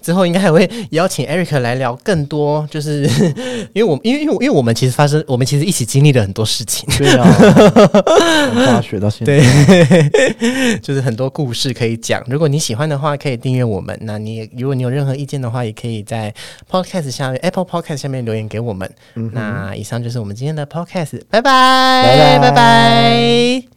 Speaker 1: 之后应该还会邀请 Eric 来聊更多，就是 *laughs* 因为我因为因为因为我们其实发生，我们其实一起经历了很多事情。
Speaker 2: 对啊，从大学到现在，
Speaker 1: *laughs* 对，就是很多故事可以讲。如果你喜欢的话，可以订阅我们。那你也如果你有任何意见的话，也可以在 Podcast 下面 Apple Podcast 下面留言给嗯我们。那以上就是我们今天的 Podcast，拜拜，
Speaker 2: 拜拜
Speaker 1: 拜拜